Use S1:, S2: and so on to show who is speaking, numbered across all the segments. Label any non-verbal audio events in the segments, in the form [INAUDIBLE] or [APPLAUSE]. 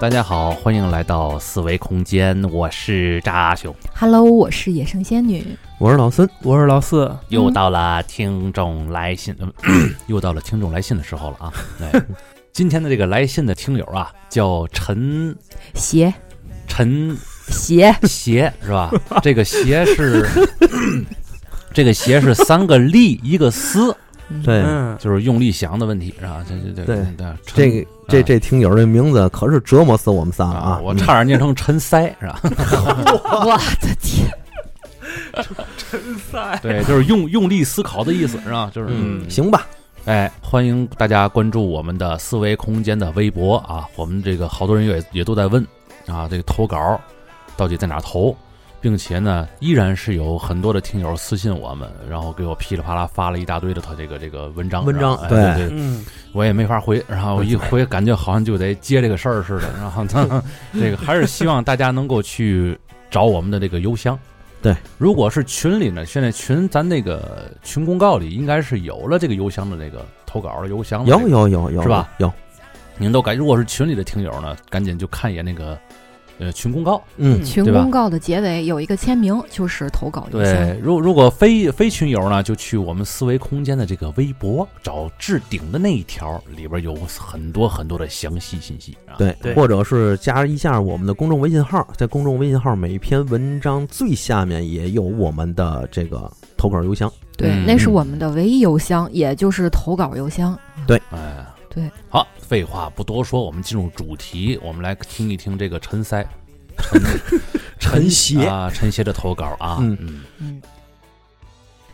S1: 大家好，欢迎来到四维空间，我是扎熊，
S2: Hello，我是野生仙女。
S3: 我是老孙，我是老四，
S1: 又到了听众来信，嗯 [CLEARS THROAT] 又到了听众来信的时候了
S3: [LAUGHS]
S1: 啊！哎今天的这个来信的听友啊，叫陈
S2: 鞋
S1: 陈
S2: 鞋，
S1: 鞋是
S3: [LAUGHS]
S1: 吧？这个鞋是这个鞋是三个力一个丝，
S2: 嗯
S3: 对，
S1: 嗯，就是用力想的问题是吧？这这这
S3: 对
S1: 对，陈嗯
S3: 这个这这听友这名字可是折磨死我们仨了
S1: 啊，
S3: 啊！
S1: 我差点念成陈塞是
S3: [LAUGHS]
S1: 吧？
S2: 我的天，
S1: 对，就是用用力思考的意思是吧？就是
S3: 嗯，行吧，
S1: 哎，欢迎大家关注我们的思维空间的微博啊！我们这个好多人也也都在问啊，这个投稿到底在哪投，并且呢，依然是有很多的听友私信我们，然后给我噼里啪啦发了一大堆的他这个这个文章
S3: 文章
S1: 然后
S3: 对
S1: 哎、对对
S4: 嗯，
S1: 我也没法回，然后我一回感觉好像就得接这个事儿似的，然后呢，
S3: [LAUGHS]
S1: 这个还是希望大家能够去找我们的这个邮箱。
S3: 对，
S1: 如果是群里呢，现在群咱那个群公告里应该是有了这个邮箱的这个投稿的邮箱的这
S3: 有
S1: 个
S3: 有有
S1: 嗯
S3: 有
S1: 是吧？
S3: 有，
S1: 您都赶，如果是群里的听友呢，赶紧就看一眼那个呃群公告。
S3: 嗯，
S2: 群
S1: 对吧
S2: 公告的结尾有一个签名，就是投稿邮箱。
S1: 对，如如果非非群友呢，就去我们思维空间的这个微博找置顶的那一条，里边有很多很多的详细信息啊。
S3: 对，
S4: 对
S3: 或者是加一下我们的公众微信号，在公众微信号每一篇文章最下面也有我们的这个投稿邮箱。
S2: 对
S1: 嗯
S2: 那是我们的唯一邮箱，也就是投稿邮箱。
S1: 哎，
S2: 对，
S1: 好，废话不多说，我们进入主题，我们来听一听这个陈塞，陈
S3: [LAUGHS] 陈
S1: [LAUGHS]
S3: 协
S1: 啊，陈协的投稿啊，
S3: 嗯
S1: 嗯
S2: 嗯，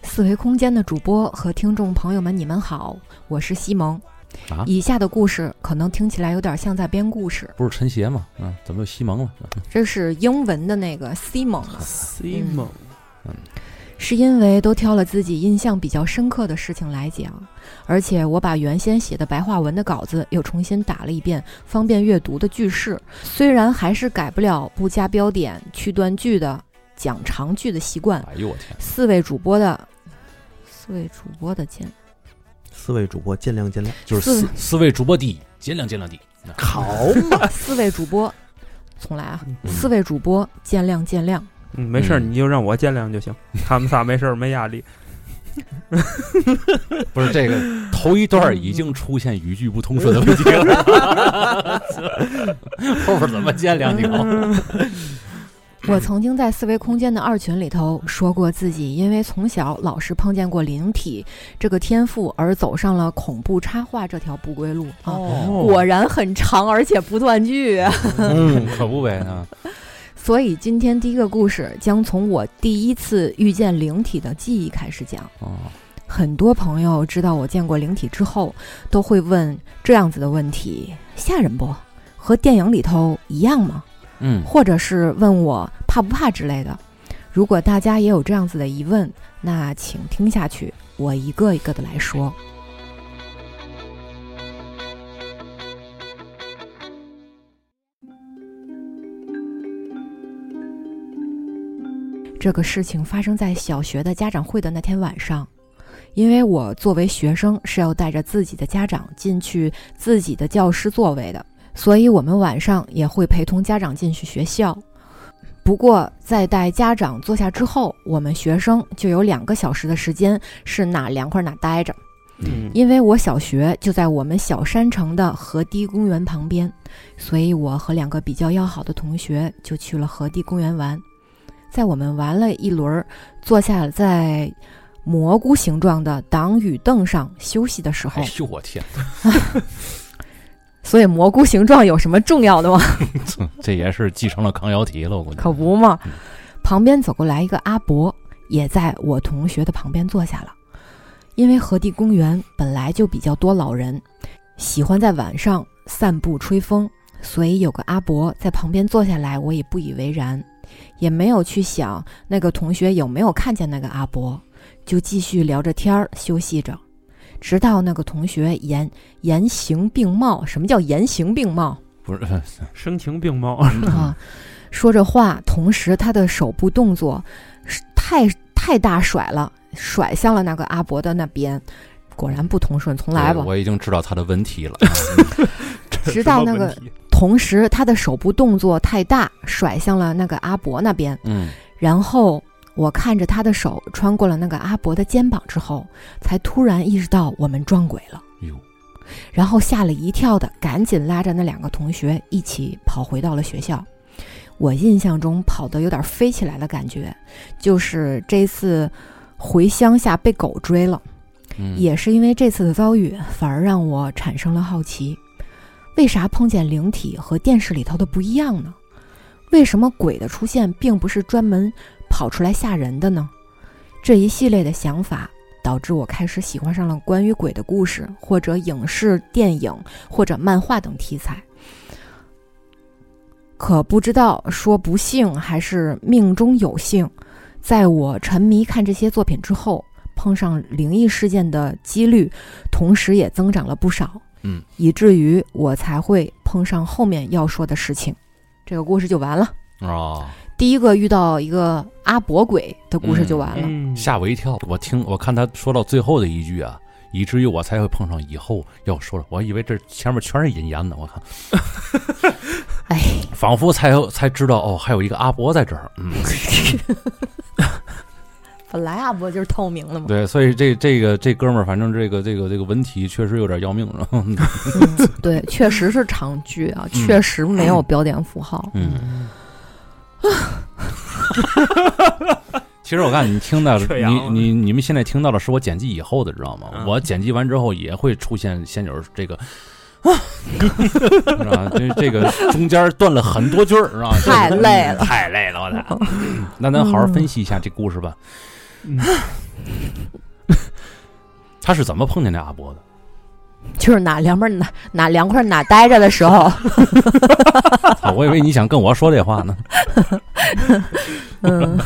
S2: 四维空间的主播和听众朋友们，你们好，我是西蒙。
S1: 啊
S2: 以下的故事可能听起来有点像在编故事，
S1: 不是陈协吗？嗯，怎么又西蒙了？
S2: 这是英文的那个 Simon 啊，
S4: 西
S2: 嗯
S4: 蒙，
S2: 是因为都挑了自己印象比较深刻的事情来讲，而且我把原先写的白话文的稿子又重新打了一遍，方便阅读的句式。虽然还是改不了不加标点、去断句的讲长句的习惯，
S1: 哎呦我天，
S2: 四位主播的四位主播的见
S3: 四位主播见谅见谅，
S1: 就是
S2: 四
S1: 四四位主播第一，尽量尽量第一。
S3: 好
S2: [LAUGHS] 四位主播，重来啊！
S1: 嗯
S2: 四位主播见谅见谅。
S4: 嗯，没事儿，
S1: 嗯
S4: 你就让我见谅就行。他们仨没事儿，没压力。
S1: 不是这
S2: [LAUGHS]
S1: 个头一段已经出现语句不通顺的问题了， [LAUGHS] 后边怎么见谅你了？
S2: 我曾经在四维空间的二群里头说过，自己因为从小老是碰见过灵体这个天赋，而走上了恐怖插画这条不归路啊。
S1: 哦，
S2: 果然很长，而且不断句。啊
S3: 嗯，
S1: 可不呗啊，
S2: 所以今天第一个故事将从我第一次遇见灵体的记忆开始讲。
S1: 哦，
S2: 很多朋友知道我见过灵体之后，都会问这样子的问题：吓人不？和电影里头一样吗？
S1: 嗯，
S2: 或者是问我怕不怕之类的。如果大家也有这样子的疑问，那请听下去，我一个一个的来说。这个事情发生在小学的家长会的那天晚上，因为我作为学生是要带着自己的家长进去自己的教师座位的，所以我们晚上也会陪同家长进去学校。不过，在带家长坐下之后，我们学生就有两个小时的时间是哪凉快哪待着。
S4: 嗯，
S2: 因为我小学就在我们小山城的河堤公园旁边，所以我和两个比较要好的同学就去了河堤公园玩。在我们玩了一轮儿，坐下了在蘑菇形状的挡雨凳上休息的时候
S1: 哎，呦我天，
S2: 所以蘑菇形状有什么重要的吗？
S1: 这也是继承了康瑶题了，我估计
S2: 可不嘛
S1: 嗯。
S2: 旁边走过来一个阿伯，也在我同学的旁边坐下了。因为河堤公园本来就比较多老人，喜欢在晚上散步吹风，所以有个阿伯在旁边坐下来，我也不以为然，也没有去想那个同学有没有看见那个阿伯，就继续聊着天儿休息着，直到那个同学言言行并茂。什么叫言行并茂？
S1: 不是， [LAUGHS]
S4: 声情并茂。 [LAUGHS]
S2: 啊，
S4: 嗯
S2: 说着话，同时他的手部动作是太太大甩了，甩向了那个阿伯的那边。果然不通顺，重来吧 [LAUGHS]
S1: 对。我已经知道他的问题了。
S2: 直到那个
S4: 什么问题
S2: 同时他的手部动作太大，甩向了那个阿伯那边。
S1: 嗯
S2: 然后我看着他的手穿过了那个阿伯的肩膀之后，才突然意识到我们撞鬼了，
S1: 哟，
S2: 然后吓了一跳的赶紧拉着那两个同学一起跑回到了学校。我印象中跑得有点飞起来的感觉，就是这次回乡下被狗追了。
S1: 嗯
S2: 也是因为这次的遭遇，反而让我产生了好奇：为啥碰见灵体和电视里头的不一样呢？为什么鬼的出现并不是专门跑出来吓人的呢？这一系列的想法导致我开始喜欢上了关于鬼的故事，或者影视、电影或者漫画等题材。可不知道说不幸还是命中有幸，在我沉迷看这些作品之后，碰上灵异事件的几率，同时也增长了不少。
S1: 嗯，
S2: 以至于我才会碰上后面要说的事情。这个故事就完了。
S1: 哦，
S2: 第一个遇到一个阿伯鬼的故事就完了。
S4: 嗯，
S1: 吓我一跳。我听我看他说到最后的一句啊，以至于我才会碰上以后要说了。我还以为这前面全是引言呢，我看，
S2: 哎，
S1: 仿佛才有才知道哦，还有一个阿伯在这儿。嗯，
S2: 本来阿伯就是透明的嘛。
S1: 对，所以这这个这哥们儿，反正这个这个这个文体确实有点要命了。 [LAUGHS]
S2: 嗯对，确实是长句啊，
S1: 嗯
S2: 确实没有标点符号。
S1: 嗯，其实我看你听
S4: [LAUGHS]
S1: 到
S4: 缺氧
S1: 你
S4: 了
S1: 你你们现在听到的是我剪辑以后的，知道吗？
S4: 啊
S1: 我剪辑完之后也会出现仙女儿这个。 [LAUGHS] 啊，是吧？这这个中间断了很多句儿，
S2: [LAUGHS]
S1: 是吧？
S2: 太累了
S1: 太累了，我操！那咱好好分析一下这故事吧。
S4: 嗯
S1: 他是怎么碰见那阿波的？
S2: 就是哪凉快哪哪凉快哪待着的时候，
S1: 啊我以为你想跟我说这
S2: [LAUGHS]
S1: 话呢。
S2: 嗯，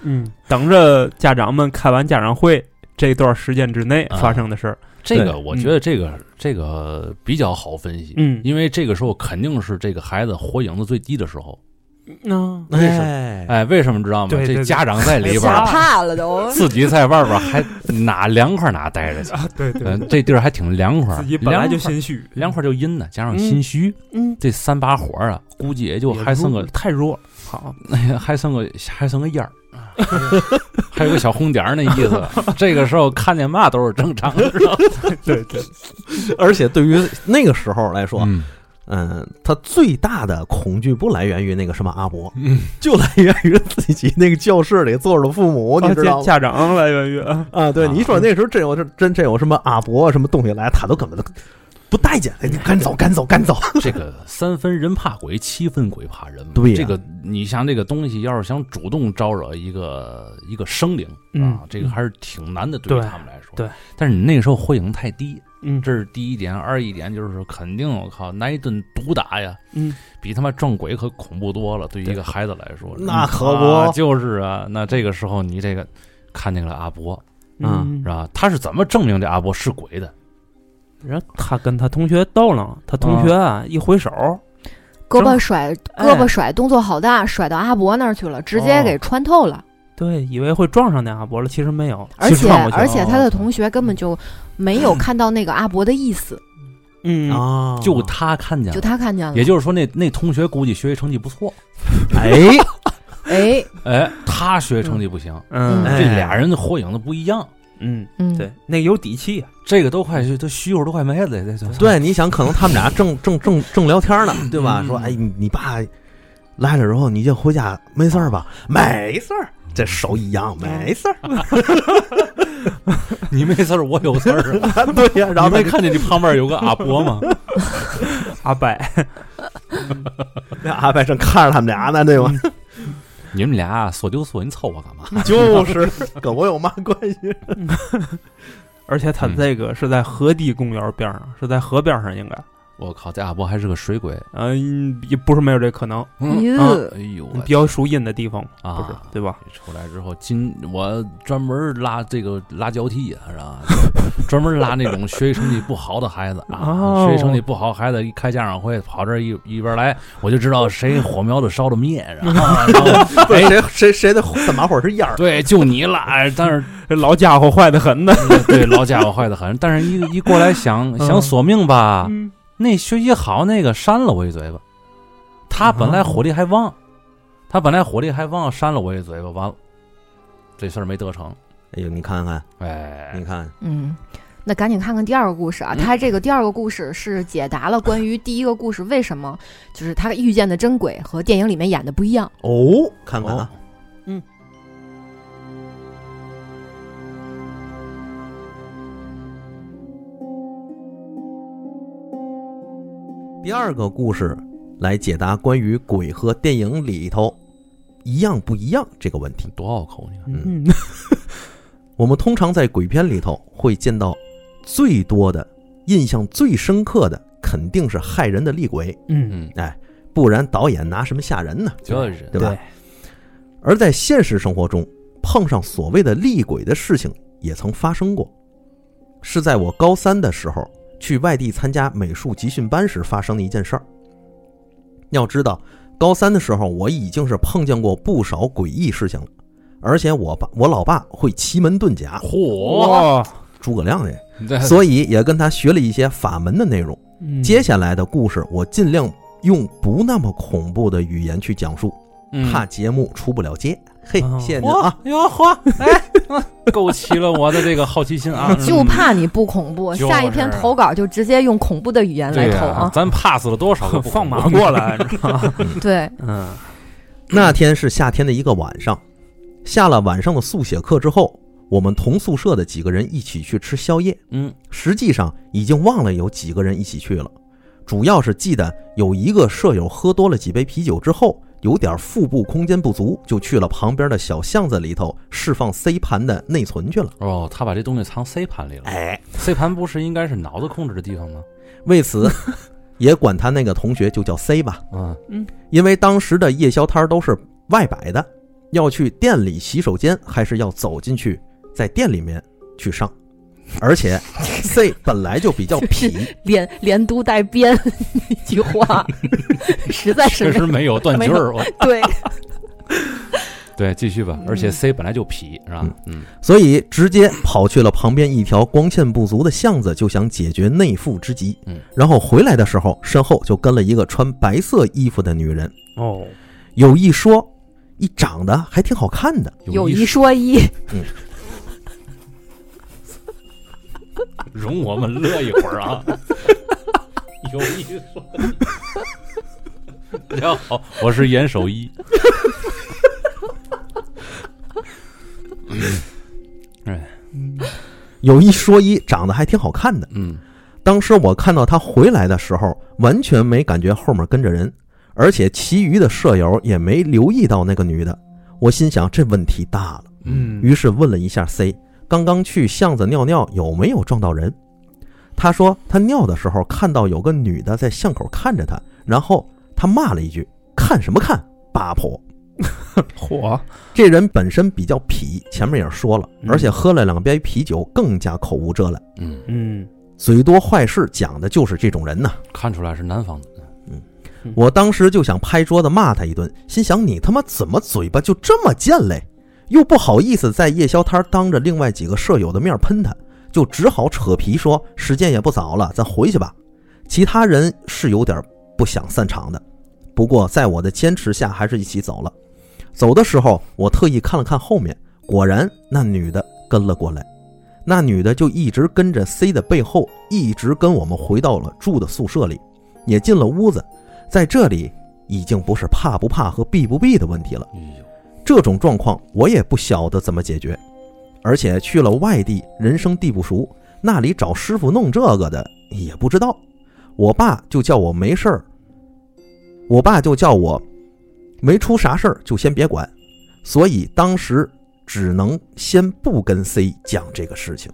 S4: 嗯，等着家长们开完家长会这段时间之内发生的事儿。
S1: 这个
S3: 对
S1: 我觉得这个这个比较好分析，
S4: 嗯
S1: 因为这个时候肯定是这个孩子火影子最低的时候。
S4: 嗯，
S3: 哎
S4: 为什么？
S1: 哎，为什么知道吗？
S4: 对对
S1: 这
S4: 对
S1: 家长在里边
S2: [LAUGHS] 吓
S1: 儿，
S2: 怕了
S4: [LAUGHS]
S2: 都。
S1: 自己在外边儿还哪凉快哪待着去。
S4: 啊，对对，
S1: 嗯，这地儿还挺凉快，
S4: 自己本来就
S1: 凉快
S4: 心虚，
S1: 凉快就阴呢，加上
S4: 嗯
S1: 心虚，
S4: 嗯，
S1: 这三把火啊，估计也就还剩个
S4: 太弱，好，
S1: [LAUGHS] 还剩个还剩个烟儿， [LAUGHS] 还有个小红点儿那意思。这个时候看见嘛都是正常啊的，是吧
S4: 对对，
S3: 而且对于那个时候来说，
S1: 嗯
S3: 嗯，他最大的恐惧不来源于那个什么阿伯，
S1: 嗯，
S3: 就来源于自己那个教室里坐着的父母，你知道
S4: 哦家
S3: 吗？
S4: 家长来源于啊
S3: 啊，对，
S1: 啊
S3: 你一说那时候真有真真有什么阿伯啊什么东西来，他都根本都不待见，哎你赶走，赶走，赶走。 [LAUGHS]
S1: 这个三分人怕鬼，七分鬼怕人嘛。
S3: 对呀
S1: 这个你像这个东西，要是想主动招惹一个一个生灵、
S4: 嗯
S1: 啊，这个还是挺难的，对于
S4: 对
S1: 他们来说。
S4: 对
S1: 但是你那个时候火影太低，
S4: 嗯
S1: 这是第一点。二一点就是肯定，我靠，来一顿毒打呀，
S4: 嗯，
S1: 比他妈撞鬼可恐怖多了。对于一个孩子来说，
S3: 那可不
S1: 啊就是啊。那这个时候你这个看见了阿伯
S4: 嗯
S1: 是，吧？他是怎么证明这阿伯是鬼的？
S4: 然后他跟他同学逗了，他同学啊一挥手，
S2: 胳膊甩
S4: 哎
S2: 胳膊甩动作好大，甩到阿伯那儿去了，直接
S4: 哦
S2: 给穿透了。
S4: 对，以为会撞上那阿伯了，其实没有，
S2: 而
S4: 其实
S2: 且
S4: 撞过去了
S2: 而且他的同学根本就没有看到那个阿伯的意思，
S4: 嗯
S3: 啊
S1: 哦就他看见了。
S2: 就他看见了。
S1: 嗯也就是说那，那同学估计学习成绩不错，
S3: 哎，
S2: 哎，
S1: 哎，他学习成绩不行，
S4: 嗯
S3: 哎
S1: 这俩人的火影的不一样，
S4: 嗯，
S2: 嗯，
S4: 对，那个有底气啊，
S1: 这个都快是都虚弱都快没了，这这
S3: 对，你想，可能他们俩正正正正聊天呢，对吧？
S4: 嗯
S3: 说，哎，你你爸来了之后，你就回家没事儿吧？没事儿，这手一扬，没事儿。
S1: [LAUGHS] 你没事儿，我有事儿 [LAUGHS] 啊。
S3: [LAUGHS] 对呀、然后
S1: 你
S3: 他
S1: 没
S3: 就
S1: 看见你旁边有个阿伯吗？
S4: 阿伯，
S3: 那阿白正看着他们俩呢，对吧？
S1: [LAUGHS] 你们俩说就说，你凑合干嘛？
S3: 嗯就是跟我有嘛关 [LAUGHS] 系？
S4: 而且他这个是在河堤公园边上，是在河边上应该，
S1: 我靠，这阿伯还是个水鬼，
S4: 嗯，也不是没有这可能，
S1: 嗯
S2: 哟
S4: 啊，
S1: 哎呦，
S4: 比较属阴的地方，
S1: 啊
S4: 不是对吧？ [LAUGHS]
S1: 出来之后，今我专门拉这个拉交替啊，是吧？ [LAUGHS] 专门拉那种学习成绩不好的孩子啊，
S4: 哦
S1: 学习成绩不好孩子一开家长会跑这儿一一边来，我就知道谁火苗子烧的灭，然后 [LAUGHS] 然后
S3: 不是谁谁谁的三把火是 [LAUGHS] 烟儿？
S1: 对，就你了。哎但是
S4: 这老家伙坏的很呢，
S1: 对老家伙坏的很，但是一一过来想
S4: 嗯
S1: 想索命吧，
S4: 嗯
S1: 那学习好那个扇了我一嘴巴，他本来火力还旺，他本来火力还旺，扇了我一嘴巴，完了，这事儿没得逞。
S3: 哎呦，你看看，
S1: 哎
S3: 你，看，
S2: 嗯，那赶紧看看第二个故事啊！
S1: 嗯
S2: 他这个第二个故事是解答了关于第一个故事为什么就是他遇见的真鬼和电影里面演的不一样。
S3: 哦，看看啊，第二个故事来解答关于鬼和电影里头一样不一样这个问题。
S1: 多拗口，你看，
S4: 嗯，
S3: 我们通常在鬼片里头会见到最多的、印象最深刻的，肯定是害人的厉鬼，
S4: 嗯，
S1: 嗯，
S3: 不然导演拿什么吓人呢？
S1: 这人
S3: 对吧？而在现实生活中，碰上所谓的厉鬼的事情也曾发生过，是在我高三的时候去外地参加美术集训班时发生的一件事儿。要知道，高三的时候我已经是碰见过不少诡异事情了，而且我爸我老爸会奇门遁甲，
S1: 嚯，
S4: 哇，
S3: 诸葛亮这
S1: 你这
S3: 所以也跟他学了一些法门的内容。
S4: 嗯
S3: 接下来的故事，我尽量用不那么恐怖的语言去讲述，
S1: 嗯
S3: 怕节目出不了街。嘿
S4: 哦，
S3: 谢谢您
S1: 嚯
S3: 啊！
S1: 哟嚯，哎，勾起了我的这个好奇心啊！
S2: 就怕你不恐怖，
S1: 就是
S2: 下一篇投稿就直接用恐怖的语言来
S1: 对呀
S2: 投啊！
S1: 咱 pass 了多少个不
S4: 放
S1: 恐怖
S4: 马过来，你知道吗？
S2: 对，
S4: [LAUGHS] 嗯
S3: 那天是夏天的一个晚上，下了晚上的速写课之后，我们同宿舍的几个人一起去吃宵夜。
S1: [LAUGHS] 嗯，
S3: 实际上已经忘了有几个人一起去了，主要是记得有一个舍友喝多了几杯啤酒之后，有点腹部空间不足，就去了旁边的小巷子里头释放 C 盘的内存去了。
S1: 哦，他把这东西藏 C 盘里了。
S3: 哎，
S1: C 盘不是应该是脑子控制的地方吗？
S3: 为此 [LAUGHS] 也管他那个同学就叫 C 吧，
S1: 嗯，
S3: 因为当时的夜宵摊儿都是外摆的，要去店里洗手间，还是要走进去，在店里面去上。而且 C 本来就比较痞，
S2: 连连读带编 [LAUGHS] 一句话，实在 [LAUGHS] 是
S1: 确实
S2: 没
S1: 没有断句儿。我
S2: 对，
S1: [LAUGHS] 对，继续吧。而且
S2: 嗯
S1: C 本来就痞，是吧？嗯，
S3: 所以直接跑去了旁边一条光线不足的巷子，就想解决内腹之急。
S1: 嗯，
S3: 然后回来的时候，身后就跟了一个穿白色衣服的女人。
S4: 哦，
S3: 有一说一，长得还挺好看的。
S2: 有
S1: 一
S2: 一说一，
S1: 容我们乐一会儿啊。有一说一，大家 [LAUGHS] 好，我是严守一。
S3: 有一说一，长得还挺好看的。
S1: 嗯，
S3: 当时我看到她回来的时候，完全没感觉后面跟着人，而且其余的舍友也没留意到那个女的。我心想这问题大了。
S4: 嗯，
S3: 于是问了一下 C，刚刚去巷子尿尿有没有撞到人？他说他尿的时候看到有个女的在巷口看着他，然后他骂了一句：“看什么看，八婆
S4: 火！”
S3: 这人本身比较痞，前面也说了，
S4: 嗯
S3: 而且喝了两杯啤酒，更加口无遮拦，
S1: 嗯，
S4: 嗯，
S3: 嘴多坏事讲的就是这种人呐。
S1: 看出来是南方的。
S3: 我当时就想拍桌子骂他一顿，心想你他妈怎么嘴巴就这么贱嘞？又不好意思在夜宵摊当着另外几个舍友的面喷他，就只好扯皮说时间也不早了，咱回去吧。其他人是有点不想散场的，不过在我的坚持下，还是一起走了。走的时候，我特意看了看后面，果然那女的跟了过来。那女的就一直跟着 C 的背后，一直跟我们回到了住的宿舍里，也进了屋子。在这里已经不是怕不怕和避不避的问题了。
S1: 哎呦，
S3: 这种状况我也不晓得怎么解决，而且去了外地，人生地不熟，那里找师傅弄这个的也不知道。我爸就叫我没事儿，我爸就叫我没出啥事儿就先别管，所以当时只能先不跟 C 讲这个事情，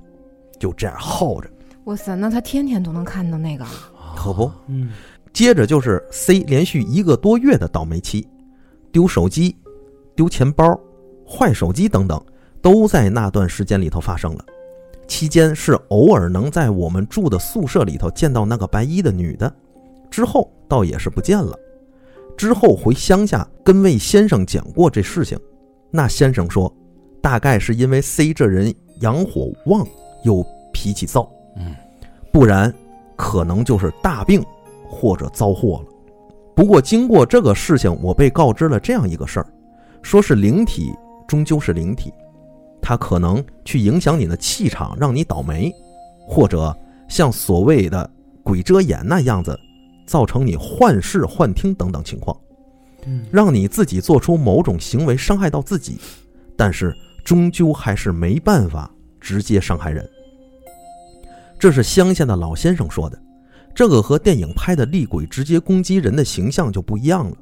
S3: 就这样耗着，
S2: [LAUGHS] 哇塞，那他天天都能看到那个，啊
S1: 啊
S3: 可不？
S4: 嗯，
S3: 接着就是 C 连续一个多月的倒霉期，丢手机、丢钱包、坏手机等等，都在那段时间里头发生了。期间是偶尔能在我们住的宿舍里头见到那个白衣的女的，之后倒也是不见了。之后回乡下跟魏先生讲过这事情，那先生说，大概是因为 C 这人阳火旺，又脾气躁，
S1: 嗯，
S3: 不然可能就是大病或者遭祸了。不过经过这个事情，我被告知了这样一个事儿，说是灵体终究是灵体，它可能去影响你的气场，让你倒霉，或者像所谓的鬼遮眼那样子，造成你幻视、幻听等等情况。
S4: 嗯
S3: 让你自己做出某种行为伤害到自己，但是终究还是没办法直接伤害人。这是乡下的老先生说的，这个和电影拍的厉鬼直接攻击人的形象就不一样了。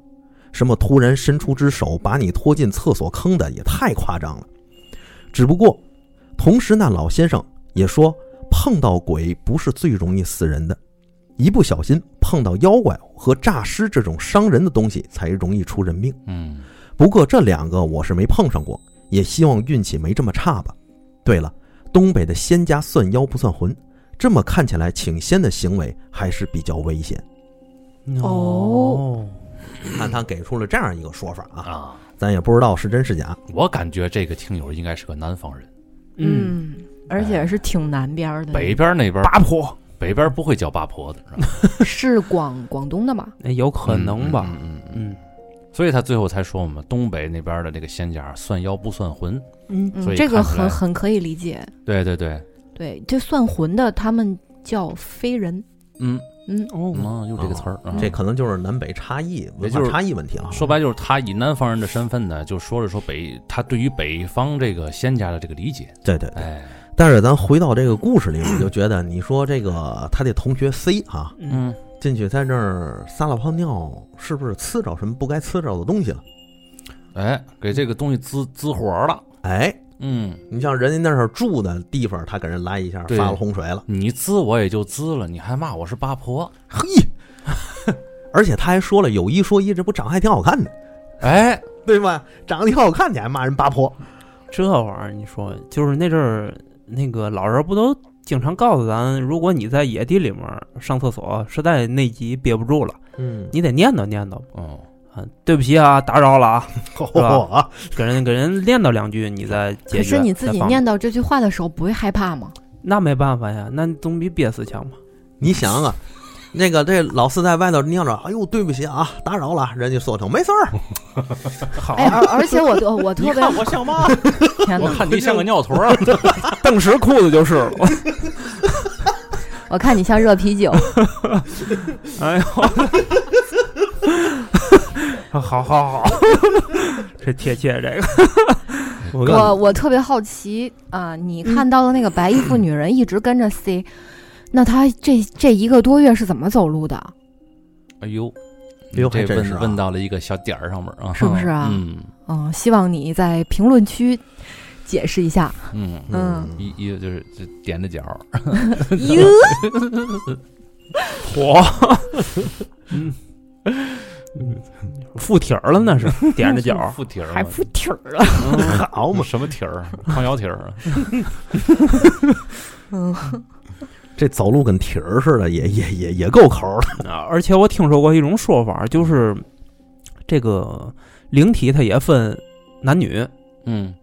S3: 什么突然伸出只手把你拖进厕所坑的也太夸张了。只不过，同时那老先生也说，碰到鬼不是最容易死人的，一不小心碰到妖怪和诈尸这种伤人的东西才容易出人命。
S1: 嗯
S3: 不过这两个我是没碰上过，也希望运气没这么差吧。对了，东北的仙家算妖不算魂，这么看起来请仙的行为还是比较危险。
S2: 哦，
S3: 看他给出了这样一个说法啊，
S1: 啊，
S3: 咱也不知道是真是假。
S1: 我感觉这个听友应该是个南方人，
S4: 嗯，
S2: 而且是挺南边儿的，
S1: 北边那边
S4: 八婆，
S1: 北边不会叫八婆的，是吧
S2: [LAUGHS] 是广广东的吧？
S4: 那哎有可能吧？
S1: 嗯嗯嗯
S4: 嗯
S1: 所以他最后才说我们东北那边的那个仙家算妖不算魂。
S4: 嗯
S2: 嗯
S1: 所，以
S2: 这个
S1: 看出来
S2: 很很可以理解。
S1: 对对对，
S2: 对，这算魂的他们叫飞人，
S1: 嗯
S2: 嗯，
S4: 哦，
S1: 嗯，用这个词儿啊。
S3: 这可能就是南北差异、文化差异问题了。
S1: 说白就是他以南方人的身份呢，就说了说北他对于北方这个仙家的这个理解。
S3: 对对对。
S1: 哎，
S3: 但是咱回到这个故事里，我就觉得你说这个他的同学 C 啊，
S4: 嗯，
S3: 进去在那儿撒了泡尿，是不是呲着什么不该呲着的东西了？
S1: 哎，给这个东西滋滋火了。
S3: 哎，
S1: 嗯，
S3: 你像人家那儿住的地方，他给人来一下，
S1: 对
S3: 发了洪水了，
S1: 你滋我也就滋了，你还骂我是八婆？
S3: 嘿，而且他还说了，有一说一，这不长得还挺好看的，
S1: 哎，
S3: 对吧？长得挺好看，你还骂人八婆？
S4: 这玩意儿，你说就是那阵儿，那个老人不都经常告诉咱，如果你在野地里面上厕所，实在内急憋不住了，
S3: [LAUGHS] 嗯，
S4: 你得念叨念叨
S1: 哦，
S4: 啊，对不起啊，打扰了啊，
S3: 哦嚯，
S4: 给人给人念叨两句，你再解决。
S2: 可是你自己
S4: 再放
S2: 念，叨这句话的时候不会害怕吗？
S4: 那没办法呀，那总比憋死强吧？
S3: 你想啊，那个这老四在外头尿着，哎呦，对不起啊，打扰了，人家说成没事儿，
S4: 好啊
S2: 哎，而而且我特我
S3: 你
S2: 特
S3: [LAUGHS]
S2: 别
S3: 看啊我像吗？
S2: 天
S1: 我
S2: 哪！
S1: 看你像个尿坨儿啊！
S4: 蹬屎裤子就是了。
S2: [LAUGHS] 我看你像热啤酒，[LAUGHS]
S4: 哎呦， [LAUGHS] 好好好， [LAUGHS] 这贴切这个。我跟
S2: 我我特别好奇啊、你看到的那个白衣服女人一直跟着 C，那她这这一个多月是怎么走路的？
S1: 哎呦，
S3: 哎呦
S1: 这
S3: 还真是
S1: 问
S3: 啊
S1: 问到了一个小点儿上面啊，
S2: 是不是啊
S1: 嗯
S2: 嗯，希望你在评论区解释一
S4: [LAUGHS]
S2: 下。
S1: 嗯，
S2: 嗯
S1: 一一个就是这点着脚儿，
S4: [LAUGHS]
S2: 哟，
S4: 火，嗯， [LAUGHS] 附体儿了
S2: [LAUGHS]
S4: 那是，点着脚，
S1: 附体儿
S2: 还
S1: 嘛
S2: 附体儿啊！
S1: [LAUGHS]
S3: 好嘛，
S1: 什么体 [LAUGHS] 儿？抗摇体儿啊？
S2: 嗯，
S3: 这走路跟蹄儿似的，也也也也够抠
S4: [LAUGHS]
S3: 的。
S4: 啊而且我听说过一种说法，就是这个灵体它也分男女，
S1: 嗯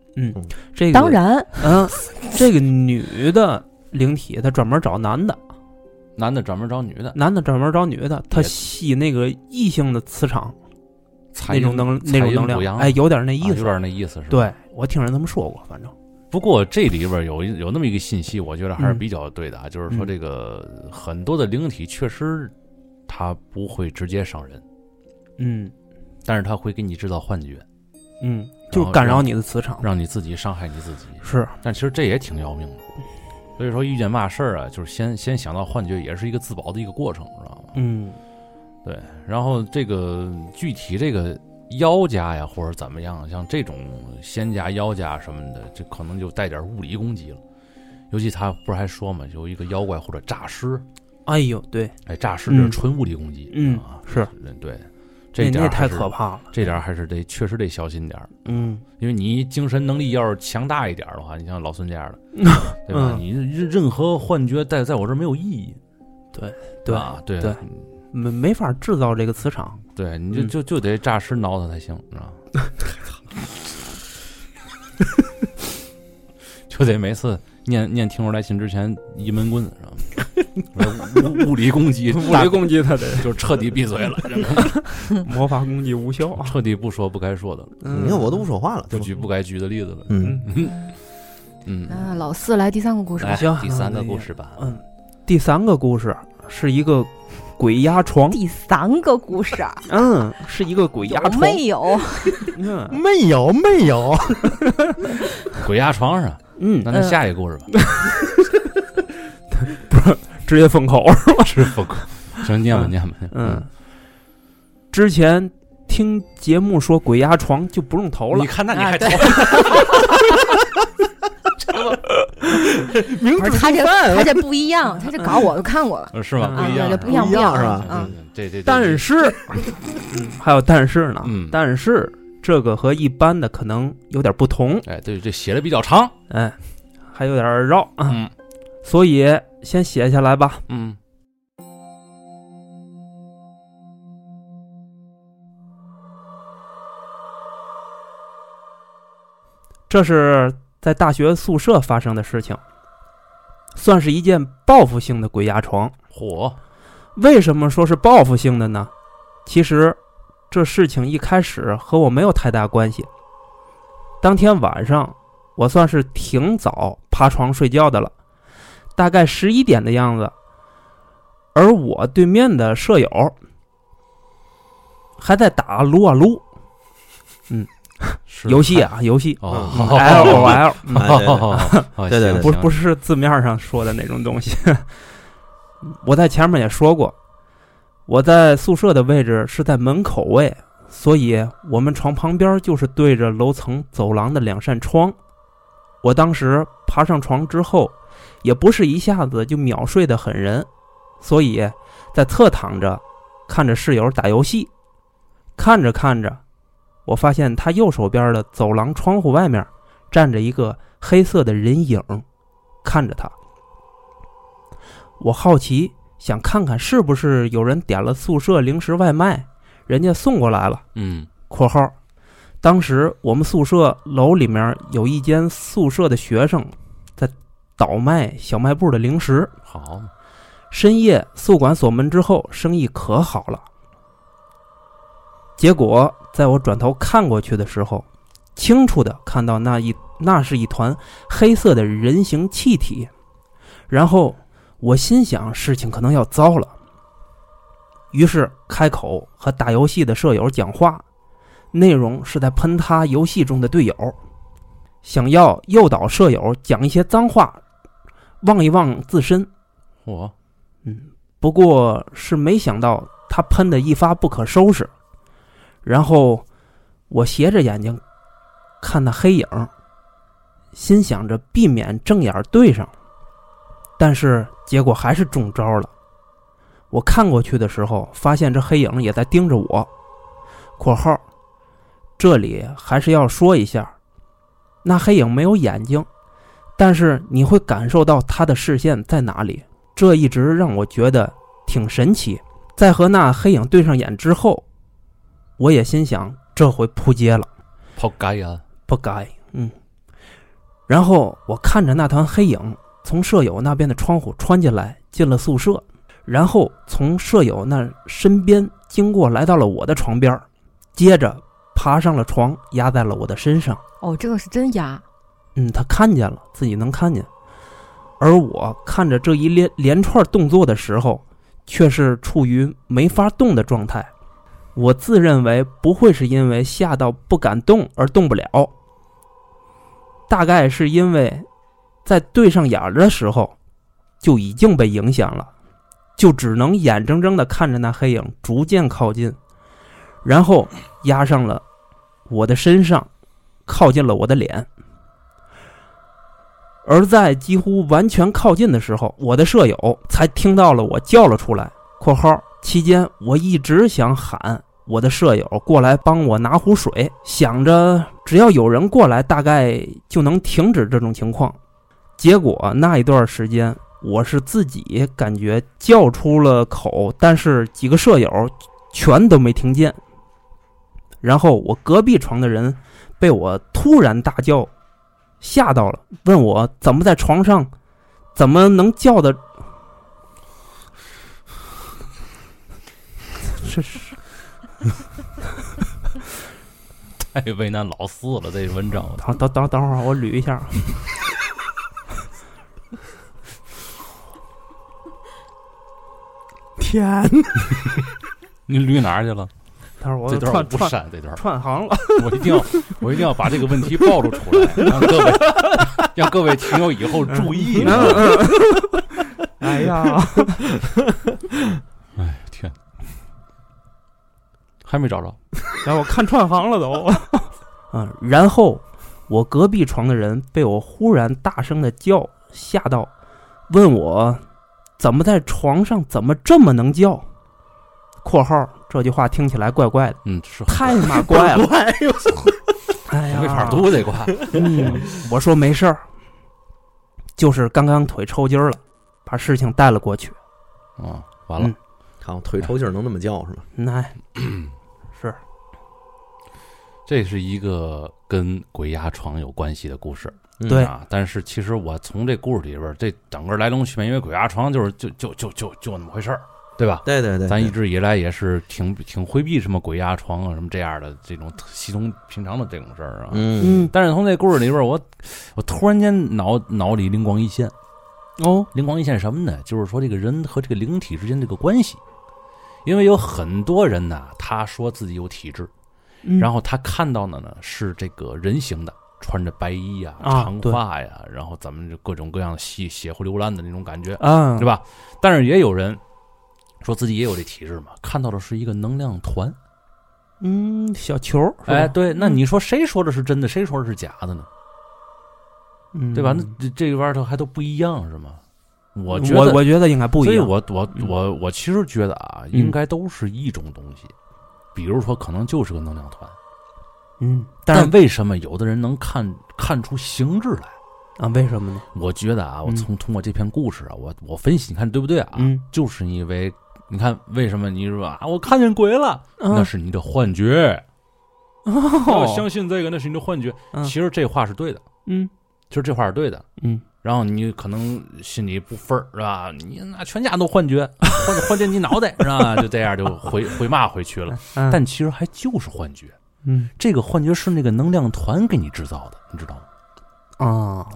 S4: 这个
S2: 当，然，
S4: 嗯，这个女的灵体它专门找男的，
S1: 男的专门找女的，
S4: 男的专门找女的，它
S1: 也
S4: 吸那个异性的磁场
S1: 彩
S4: 那种
S1: 阴
S4: 能
S1: 彩
S4: 那种
S1: 阴
S4: 能
S1: 补
S4: 量，
S1: 阳
S4: 哎，有点那
S1: 啊
S4: 意
S1: 有
S4: 思。
S1: 点那意思是吧？。
S4: 对我听人这么说过，反正
S1: 不过这里边有一有那么一个信息，我觉得还是
S4: 嗯
S1: 比较对的啊，就是说
S4: 嗯
S1: 这个很多的灵体确实它不会直接伤人，
S4: 嗯
S1: 但是它会给你制造幻觉，
S4: 嗯，
S1: 然
S4: 就
S1: 后
S4: 干扰
S1: 让
S4: 你的磁场，
S1: 让你自己伤害你自己。
S4: 是
S1: 但其实这也挺要命的。
S4: 嗯
S1: 所以说遇见嘛事儿啊，就是先先想到幻觉，也是一个自保的一个过程，知道吗？
S4: 嗯
S1: 然后这个具体这个妖家呀，或者怎么样，像这种仙家、妖家什么的，这可能就带点物理攻击了。尤其他不是还说嘛，有一个妖怪或者诈尸，
S4: 哎呦，对，
S1: 哎，诈尸这是
S4: 嗯
S1: 纯物理攻击，
S4: 嗯
S1: 啊，
S4: 是
S1: 嗯对，这
S4: 那
S1: 点
S4: 那
S1: 儿
S4: 太
S1: 还是
S4: 可，怕了。
S1: 这点儿还是得确实得小心点儿，
S4: 嗯，
S1: 因为你精神能力要是强大一点儿的话，你像老孙这样的，
S4: [LAUGHS]
S1: 对吧？
S4: 嗯
S1: 你任任何幻觉在在我这儿没有意义，
S4: 对
S1: 吧？对啊
S4: 对没没法制造这个磁场。
S1: 对，你就
S4: 嗯
S1: 就就得诈尸挠他才行，是吧？ [LAUGHS] 就得每次念念听友来信之前一闷棍，是吧？物物理攻击，
S4: 物理攻击他得
S1: [LAUGHS] 就是彻底闭嘴了，真的
S4: [LAUGHS] 魔法攻击无效啊。
S1: 彻底不说不该说的了，
S4: 嗯
S3: 你看我都不说话了，
S1: 不
S3: 对吧？
S1: 举不该举的例子了。
S3: 嗯，
S4: 嗯
S1: 嗯，
S2: 那啊老四来第三个故事吧
S1: 来，
S4: 行
S1: 第三个故事吧，
S4: 嗯，第三个故事是一个鬼压床，
S2: 第三个故事啊，
S4: 嗯，是一个 [LAUGHS] 鬼压
S2: 有
S4: 床，
S2: 没有？
S4: 嗯
S3: 没有没有，
S1: 鬼压床上。那
S4: 嗯，
S1: 那下一个故事 [LAUGHS] 吧，
S4: 直接封口。
S1: 是不？行，念吧念吧。
S4: 嗯，，之前听节目说鬼压床就不用投了
S1: 你，看那你还
S2: 啊对
S3: 明
S2: 不是
S3: 知
S2: 他这
S3: 故犯
S2: 他这不一样，他这稿我都看过了，
S1: [LAUGHS] 是吗？
S4: 啊
S1: 不一样是
S2: 对
S1: 吧，
S2: 不一样
S3: 不一样是吧
S2: 啊
S1: 嗯，这这，
S4: 但是，嗯还有但是呢
S1: 嗯，
S4: 但是这个和一般的可能有点不同，
S1: 哎，对，这写的比较长，
S4: 哎，还有点绕啊，
S1: 嗯
S4: 所以先写下来吧。
S1: 嗯，
S4: 这是在大学宿舍发生的事情，算是一件报复性的鬼压床。
S1: 火，
S4: 为什么说是报复性的呢？其实，这事情一开始和我没有太大关系。当天晚上，我算是挺早爬床睡觉的了，大概十一点的样子。而我对面的舍友还在打撸啊撸游戏啊，游戏
S1: 哦，
S3: 嗯
S1: 好
S4: L O L，嗯
S3: 哎对
S1: [LAUGHS] 对
S3: 对对对对对，
S4: 不是不
S1: 是，
S4: 是字面上说的那种东西。 [LAUGHS] 我在前面也说过，我在宿舍的位置是在门口位，所以我们床旁边就是对着楼层走廊的两扇窗。我当时爬上床之后，也不是一下子就秒睡得很人，所以在侧躺着看着室友打游戏，看着看着，我发现他右手边的走廊窗户外面站着一个黑色的人影，看着他。我好奇，想看看是不是有人点了宿舍零食外卖，人家送过来了。
S1: 嗯
S4: （括号）当时我们宿舍楼里面有一间宿舍的学生在倒卖小卖部的零食。
S1: 好，
S4: 深夜宿管锁门之后，生意可好了。结果在我转头看过去的时候，清楚的看到那一那是一团黑色的人形气体，然后我心想事情可能要糟了，于是开口和打游戏的舍友讲话，内容是在喷他游戏中的队友，想要诱导舍友讲一些脏话，望一望自身。
S1: 火，
S4: 嗯，不过是没想到他喷的一发不可收拾，然后我斜着眼睛看那黑影，心想着避免正眼对上，但是结果还是中招了。我看过去的时候，发现这黑影也在盯着我。（括号）这里还是要说一下，那黑影没有眼睛，但是你会感受到他的视线在哪里。这一直让我觉得挺神奇。在和那黑影对上眼之后，我也心想这回扑街了，
S1: 抛啊该呀，
S4: 不该，嗯。然后我看着那团黑影从舍友那边的窗户穿进来，进了宿舍，然后从舍友那身边经过，来到了我的床边儿，接着爬上了床，压在了我的身上。
S2: 哦，这个是真牙，
S4: 嗯，他看见了，自己能看见。而我看着这一连连串动作的时候，却是处于没法动的状态。我自认为不会是因为吓到不敢动而动不了，大概是因为在对上眼儿的时候就已经被影响了，就只能眼睁睁地看着那黑影逐渐靠近，然后压上了我的身上，靠近了我的脸。而在几乎完全靠近的时候，我的舍友才听到了我叫了出来（括号期间我一直想喊我的舍友过来帮我拿壶水，想着只要有人过来，大概就能停止这种情况）。结果那一段时间，我是自己感觉叫出了口，但是几个舍友全都没听见。然后我隔壁床的人被我突然大叫 [LAUGHS] 吓到了，问我怎么在床上，怎么能叫的这是
S1: 太为难老四了，这文章
S4: 等等等等会儿，我捋一下。啊天哪，
S1: 你捋哪儿去了？
S4: 待会儿我
S1: 这段我
S4: 串
S1: 不
S4: 串
S1: 删，这段
S4: 串行了。
S1: 我一定要，我一定要把这个问题暴露出来，让各位让各位听友以后注意。
S4: 嗯 [LAUGHS]
S1: 啊
S4: 啊哎呀，嗯
S1: 哎，天，还没找着，
S4: 然后我看串行 [LAUGHS] 了都。嗯，然后我隔壁床的人被我忽然大声的叫吓到，问我怎么在床上怎么这么能叫（括号这句话听起来怪怪的，
S1: 嗯，是
S4: [LAUGHS] 太妈怪了
S3: 哎呦，
S4: 哎呀，
S1: 没法读这
S4: [LAUGHS]
S1: 块。
S4: 嗯，我说没事儿，就是刚刚腿抽筋儿了，把事情带了过去。
S1: 嗯，完了
S4: 嗯，
S3: 看我腿抽筋儿能那么叫是吗？
S4: 那、是
S1: 这是一个跟鬼压床有关系的故事。
S3: 嗯
S4: 对
S1: 啊，但是其实我从这故事里边儿，这整个来龙去脉，因为鬼压床就是就就就就就那么回事儿，对吧？
S3: 对对对，
S1: 咱一
S3: 对
S1: 直以来也是挺挺回避什么鬼压床啊，什么这样的这种稀松平常的这种事儿啊。
S3: 嗯
S1: 但是从这故事里边儿，我我突然间脑脑里灵光一现，
S4: 哦，
S1: 灵光一现什么呢？就是说这个人和这个灵体之间这个关系，因为有很多人呐，他说自己有体质，
S4: 嗯
S1: 然后他看到的呢是这个人形的，穿着白衣呀、
S4: 啊
S1: 长
S4: 对
S1: 发呀，然后咱们就各种各样的血血乎流烂的那种感觉，
S4: 啊，
S1: 对吧？但是也有人说自己也有这体质嘛，看到的是一个能量团。
S4: 嗯，小球，
S1: 哎，，对，那你说谁说的是真的，谁说的是假的呢？
S4: 嗯、
S1: 对吧？那这这玩意儿它还都不一样是吗？我
S4: 我
S1: 觉得
S4: 我觉得应该不
S1: 所
S4: 一
S1: 以
S4: 样。
S1: 我我
S4: 嗯
S1: 我我其实觉得啊，
S4: 嗯
S1: 应该都是一种东西，比如说可能就是个能量团，
S4: 嗯，但
S1: 但
S4: 是
S1: 为什么有的人能看看出形制来？
S4: 啊，为什么呢？
S1: 我觉得啊，我
S4: 嗯
S1: 从通过这篇故事啊，我我分析，你看对不对啊？
S4: 嗯，
S1: 就是因为你看为什么你说啊，我看见鬼了，那
S4: 啊
S1: 是你的幻觉，要
S4: 哦，
S1: 相信这个，那是你的幻觉。
S4: 嗯
S1: 其实这话是对的，
S4: 嗯
S1: 其实这话是对的。
S4: 嗯，
S1: 然后你可能心里不分儿是吧？你那全家都幻觉， [LAUGHS] 幻幻觉你脑袋是吧？ [LAUGHS] 就这样就回回骂回去了。
S4: 嗯
S1: 但其实还就是幻觉，
S4: 嗯
S1: 这个幻觉是那个能量团给你制造的，你知道吗？
S4: 啊，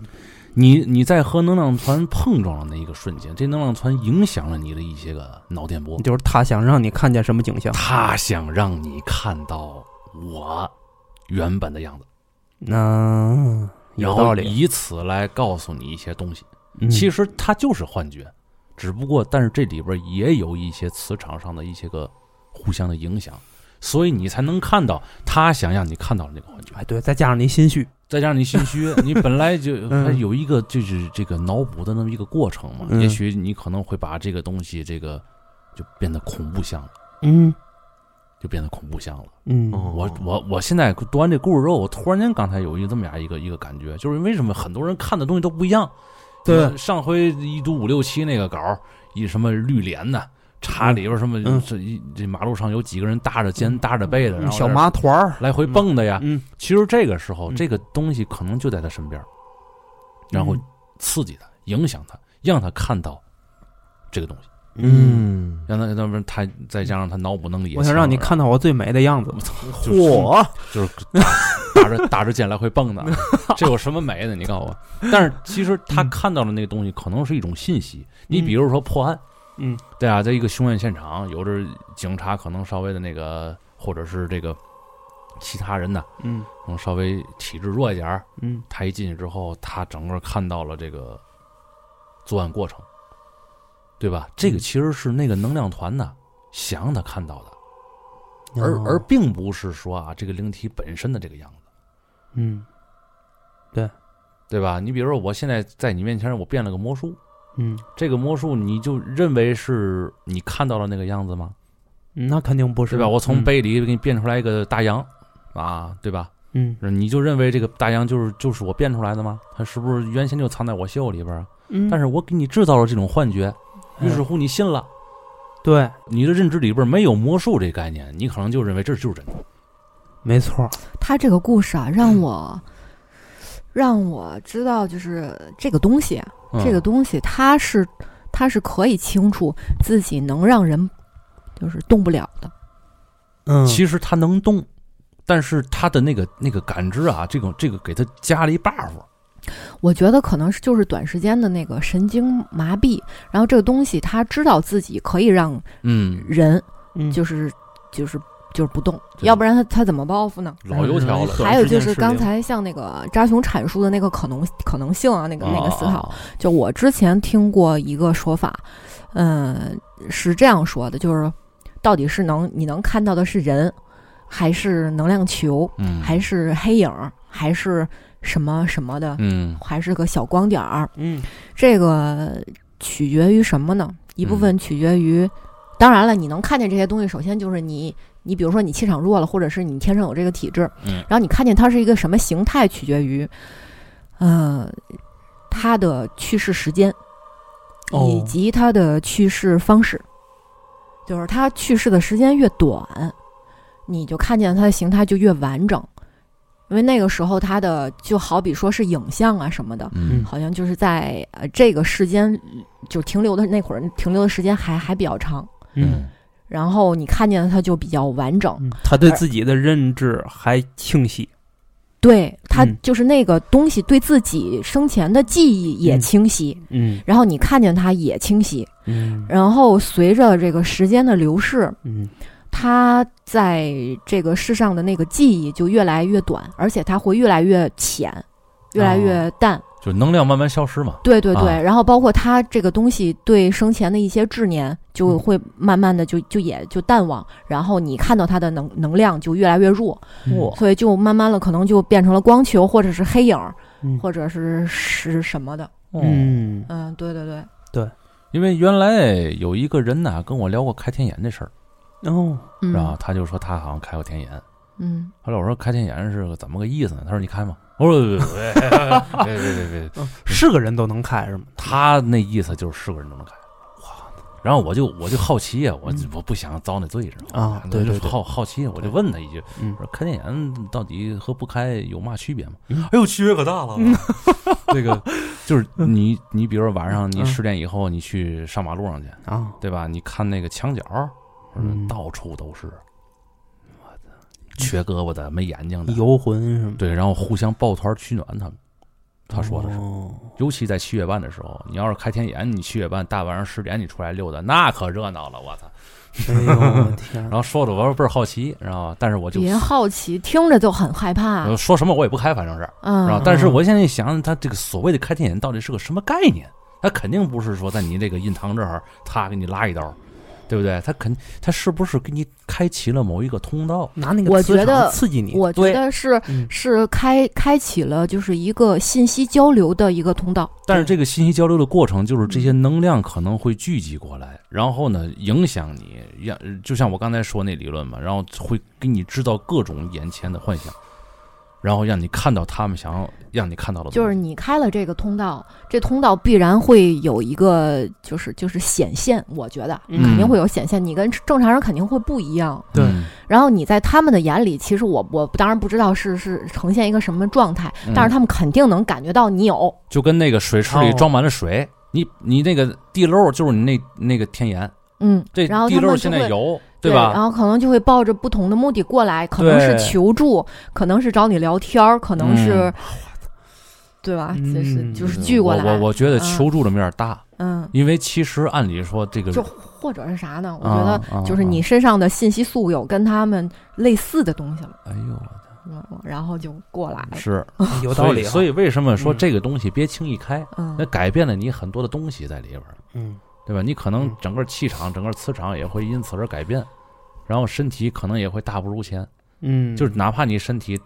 S1: 你你在和能量团碰撞的那一个瞬间，这能量团影响了你的一些个脑电波，
S4: 就是他想让你看见什么景象，
S1: 他想让你看到我原本的样子，
S4: 嗯，
S1: 然
S4: 有道
S1: 后
S4: 理。
S1: 以此来告诉你一些东西。
S4: 嗯
S1: 其实它就是幻觉，只不过但是这里边也有一些磁场上的一些个互相的影响，所以你才能看到他想让你看到的那个幻觉。
S4: 哎，对，再加上你心虚，
S1: 再加上你心
S4: [LAUGHS]
S1: 虚，你本来就
S4: 嗯
S1: 还有一个就是这个脑补的那么一个过程嘛，
S4: 嗯
S1: 也许你可能会把这个东西这个就变得恐怖像了，
S4: 嗯
S1: 就变得恐怖像了。
S4: 嗯
S3: 哦
S1: 我我我现在读完这故事之后，我突然间刚才有一这么样一个一个感觉，就是为什么很多人看的东西都不一样？
S4: 对
S1: 上回一读五六七那个稿儿，一什么绿帘的，查里边什么
S4: 嗯
S1: 这一这马路上有几个人搭着肩搭着背的，然后啊
S4: 小麻团儿，
S1: 来回蹦的呀。
S4: 嗯，
S1: 其实这个时候，
S4: 嗯
S1: 这个东西可能就在他身边儿，然后刺激他，影响他，让他看到这个东西，
S4: 嗯，
S1: 让他要不然他再加上他脑补能力也
S4: 我
S1: 强，
S4: 想让你看到我最美的样子。
S1: 就是
S3: 嚯，
S1: 就是打打着打着剑来回蹦
S4: [LAUGHS]
S1: 的，这有什么美的？你告诉我。但是其实他看到的那个东西，可能是一种信息。你比如说破案，
S4: 嗯，
S1: 对啊，在一个凶案现场，有的警察可能稍微的那个，或者是这个其他人呢，
S4: 嗯
S1: 可能稍微体质弱一点儿，
S4: 嗯
S1: 他一进去之后，他整个看到了这个作案过程，对吧？这
S4: 嗯
S1: 个其实是那个能量团呢想让他看到的。
S4: 哦嗯
S1: 而
S2: 哦
S1: 而并不是说啊，这个灵体本身的这个样子，
S4: 嗯
S1: 对吧？你比如说，我现在在你面前，我变了个魔术，
S4: 嗯，
S1: 这个魔术你就认为是你看到了那个样子吗？
S4: 嗯那肯定不是
S1: 对吧？我从
S4: 嗯
S1: 杯里给你变出来一个大洋，啊，对吧？
S4: 嗯
S1: 你就认为这个大洋就是就是我变出来的吗？它是不是原先就藏在我袖里边啊？
S4: 嗯，
S1: 但是我给你制造了这种幻觉，
S4: 哎
S1: 于是乎你信了。
S4: 对，
S1: 你的认知里边没有魔术这概念，你可能就认为这就是真的。
S4: 没错儿，
S2: 他这个故事啊，让我、让我知道，就是这个东西啊，
S1: 嗯
S2: 这个东西它是它是可以清楚自己能让人就是动不了的，
S4: 嗯，
S1: 其实他能动，但是他的那个那个感知啊，这种这个给他加了一 buff。
S2: 我觉得可能是就是短时间的那个神经麻痹，然后这个东西他知道自己可以让
S1: 嗯，
S2: 人
S4: 嗯
S2: 就是就是就是不动，
S1: 对
S2: 要不然他他怎么报复呢？
S1: 老油条了
S4: 嗯。
S2: 还有就是刚才像那个扎熊阐述的那个可能可能性啊，那个那个思考，
S1: 啊，
S2: 就我之前听过一个说法，嗯，是这样说的，就是到底是能你能看到的是人，还是能量球，
S1: 嗯，
S2: 还是黑影，还是什么什么的，
S1: 嗯
S2: 还是个小光点儿？
S4: 嗯
S2: 这个取决于什么呢？一部
S1: 嗯
S2: 分取决于，当然了，你能看见这些东西，首先就是你，你比如说你气场弱了，或者是你天生有这个体质，
S1: 嗯
S2: 然后你看见它是一个什么形态，取决于，呃，它的去世时间，
S4: 哦
S2: 以及它的去世方式，就是它去世的时间越短，你就看见它的形态就越完整，因为那个时候它的就好比说是影像啊什么的，
S1: 嗯
S2: 好像就是在呃这个时间就停留的那会儿停留的时间还还比较长，
S4: 嗯，
S2: 然后你看见它就比较完整，
S4: 嗯他对自己的认知还清晰，
S2: 对它
S4: 嗯
S2: 就是那个东西对自己生前的记忆也
S4: 嗯
S2: 清晰，
S4: 嗯
S2: 然后你看见它也清晰，
S4: 嗯
S2: 然后随着这个时间的流逝，
S4: 嗯
S2: 它在这个世上的那个记忆就越来越短，而且它会越来越浅，越
S4: 哦
S2: 来越淡。
S1: 就能量慢慢消失嘛。
S2: 对对对，
S1: 啊
S2: 然后包括他这个东西对生前的一些执念，就
S4: 嗯
S2: 会慢慢的就就也就淡忘，然后你看到他的能能量就越来越弱，
S4: 我
S2: 所以就慢慢的可能就变成了光球或者是黑影儿，
S4: 嗯
S1: 哦
S2: 或者是是什么的。
S4: 嗯
S2: 嗯，对对对，
S1: 因为原来有一个人呐跟我聊过开天眼这事儿，
S4: 哦
S2: 嗯
S1: 然后他就说他好像开过天眼。
S2: 嗯，
S1: 后来我说开天眼是个怎么个意思呢？他说你开吗？我说别别别别，
S4: 是个人都能开是吗？
S1: 他那意思就是是个人都能开。然后我就我就好奇呀，我
S4: 嗯
S1: 我不想遭那罪，知道吗？
S4: 啊
S1: 我
S4: 对
S1: 就
S4: 对对
S1: 好好奇，啊我就问他一句，
S4: 嗯
S1: 我说开天眼到底和不开有嘛区别吗？
S4: 嗯
S1: 哎呦，区别可大了。 [LAUGHS] 这个就是你你比如说晚上你
S4: 嗯
S1: 十点以后你去上马路上去，
S4: 啊
S1: 对吧？你看那个墙角，
S4: 嗯
S1: 到处都是，我操，瘸胳膊的，没眼睛的，
S4: 游魂是吗？
S1: 对，然后互相抱团取暖，他们他说的是，
S4: 哦
S1: 尤其在七月半的时候，你要是开天眼，你七月半大晚上十点你出来溜达，那可热闹了，我操！
S4: 哎呦我天
S1: [LAUGHS] 然，后说的我倍儿好奇，然后但是我就
S2: 别好奇，听着就很害怕
S1: 呃。说什么我也不开，反正是，然后
S2: 嗯，
S1: 但是我现在一想，他这个所谓的开天眼到底是个什么概念？他肯定不是说在你这个印堂这儿，他给你拉一刀，对不对？他肯他是不是给你开启了某一个通道？
S4: 拿那个
S2: 我
S4: 磁
S2: 觉
S4: 场
S2: 得
S4: 刺激你，
S2: 我觉得是
S4: 嗯
S2: 是开开启了就是一个信息交流的一个通道。
S1: 但是这个信息交流的过程，就是这
S2: 嗯
S1: 些能量可能会聚集过来，然后呢影响你，让就像我刚才说那理论嘛，然后会给你制造各种眼前的幻想，然后让你看到他们想要让你看到的东西，
S2: 就是你开了这个通道，这通道必然会有一个，就是就是显现，我觉得
S4: 嗯
S2: 肯定会有显现。你跟正常人肯定会不一样。
S4: 对
S1: 嗯，
S2: 然后你在他们的眼里，其实我我当然不知道是是呈现一个什么状态，
S1: 嗯
S2: 但是他们肯定能感觉到你有。
S1: 就跟那个水池里
S4: 哦
S1: 装满了水，你你那个地漏就是你那那个天眼，
S2: 嗯，
S1: 这
S2: 然后
S1: 地
S2: 他
S1: 漏
S2: 们
S1: 现
S2: 就
S1: 在
S2: 会
S1: 有
S2: 对然
S1: 吧？
S2: 后可能就会抱着不同的目的过来，可能是
S1: 对
S2: 求助，可能是找你聊天儿，可能是，
S1: 嗯
S2: 对吧？
S4: 嗯
S2: 就是就是
S1: 嗯
S2: 聚过来，
S1: 我我我觉得
S2: 嗯
S1: 求助的面儿大，
S2: 嗯，
S1: 因为其实按理说这个
S2: 就或者是啥呢？我
S1: 啊
S2: 觉得
S1: 啊
S2: 就是你身上的信息素有跟他们类似的东西了，
S1: 啊哎呦。
S2: 嗯，然后就过来了。
S1: 是
S4: 有道理啊，
S1: 所以所以为什么说
S4: 嗯
S1: 这个东西别轻易开？那
S2: 嗯，
S1: 改变了你很多的东西在里边儿，
S4: 嗯
S1: 对吧？你可能
S4: 嗯
S1: 整个气场、整个磁场也会因此而改变，然后身体可能也会大不如前。
S4: 嗯，
S1: 就是哪怕你身体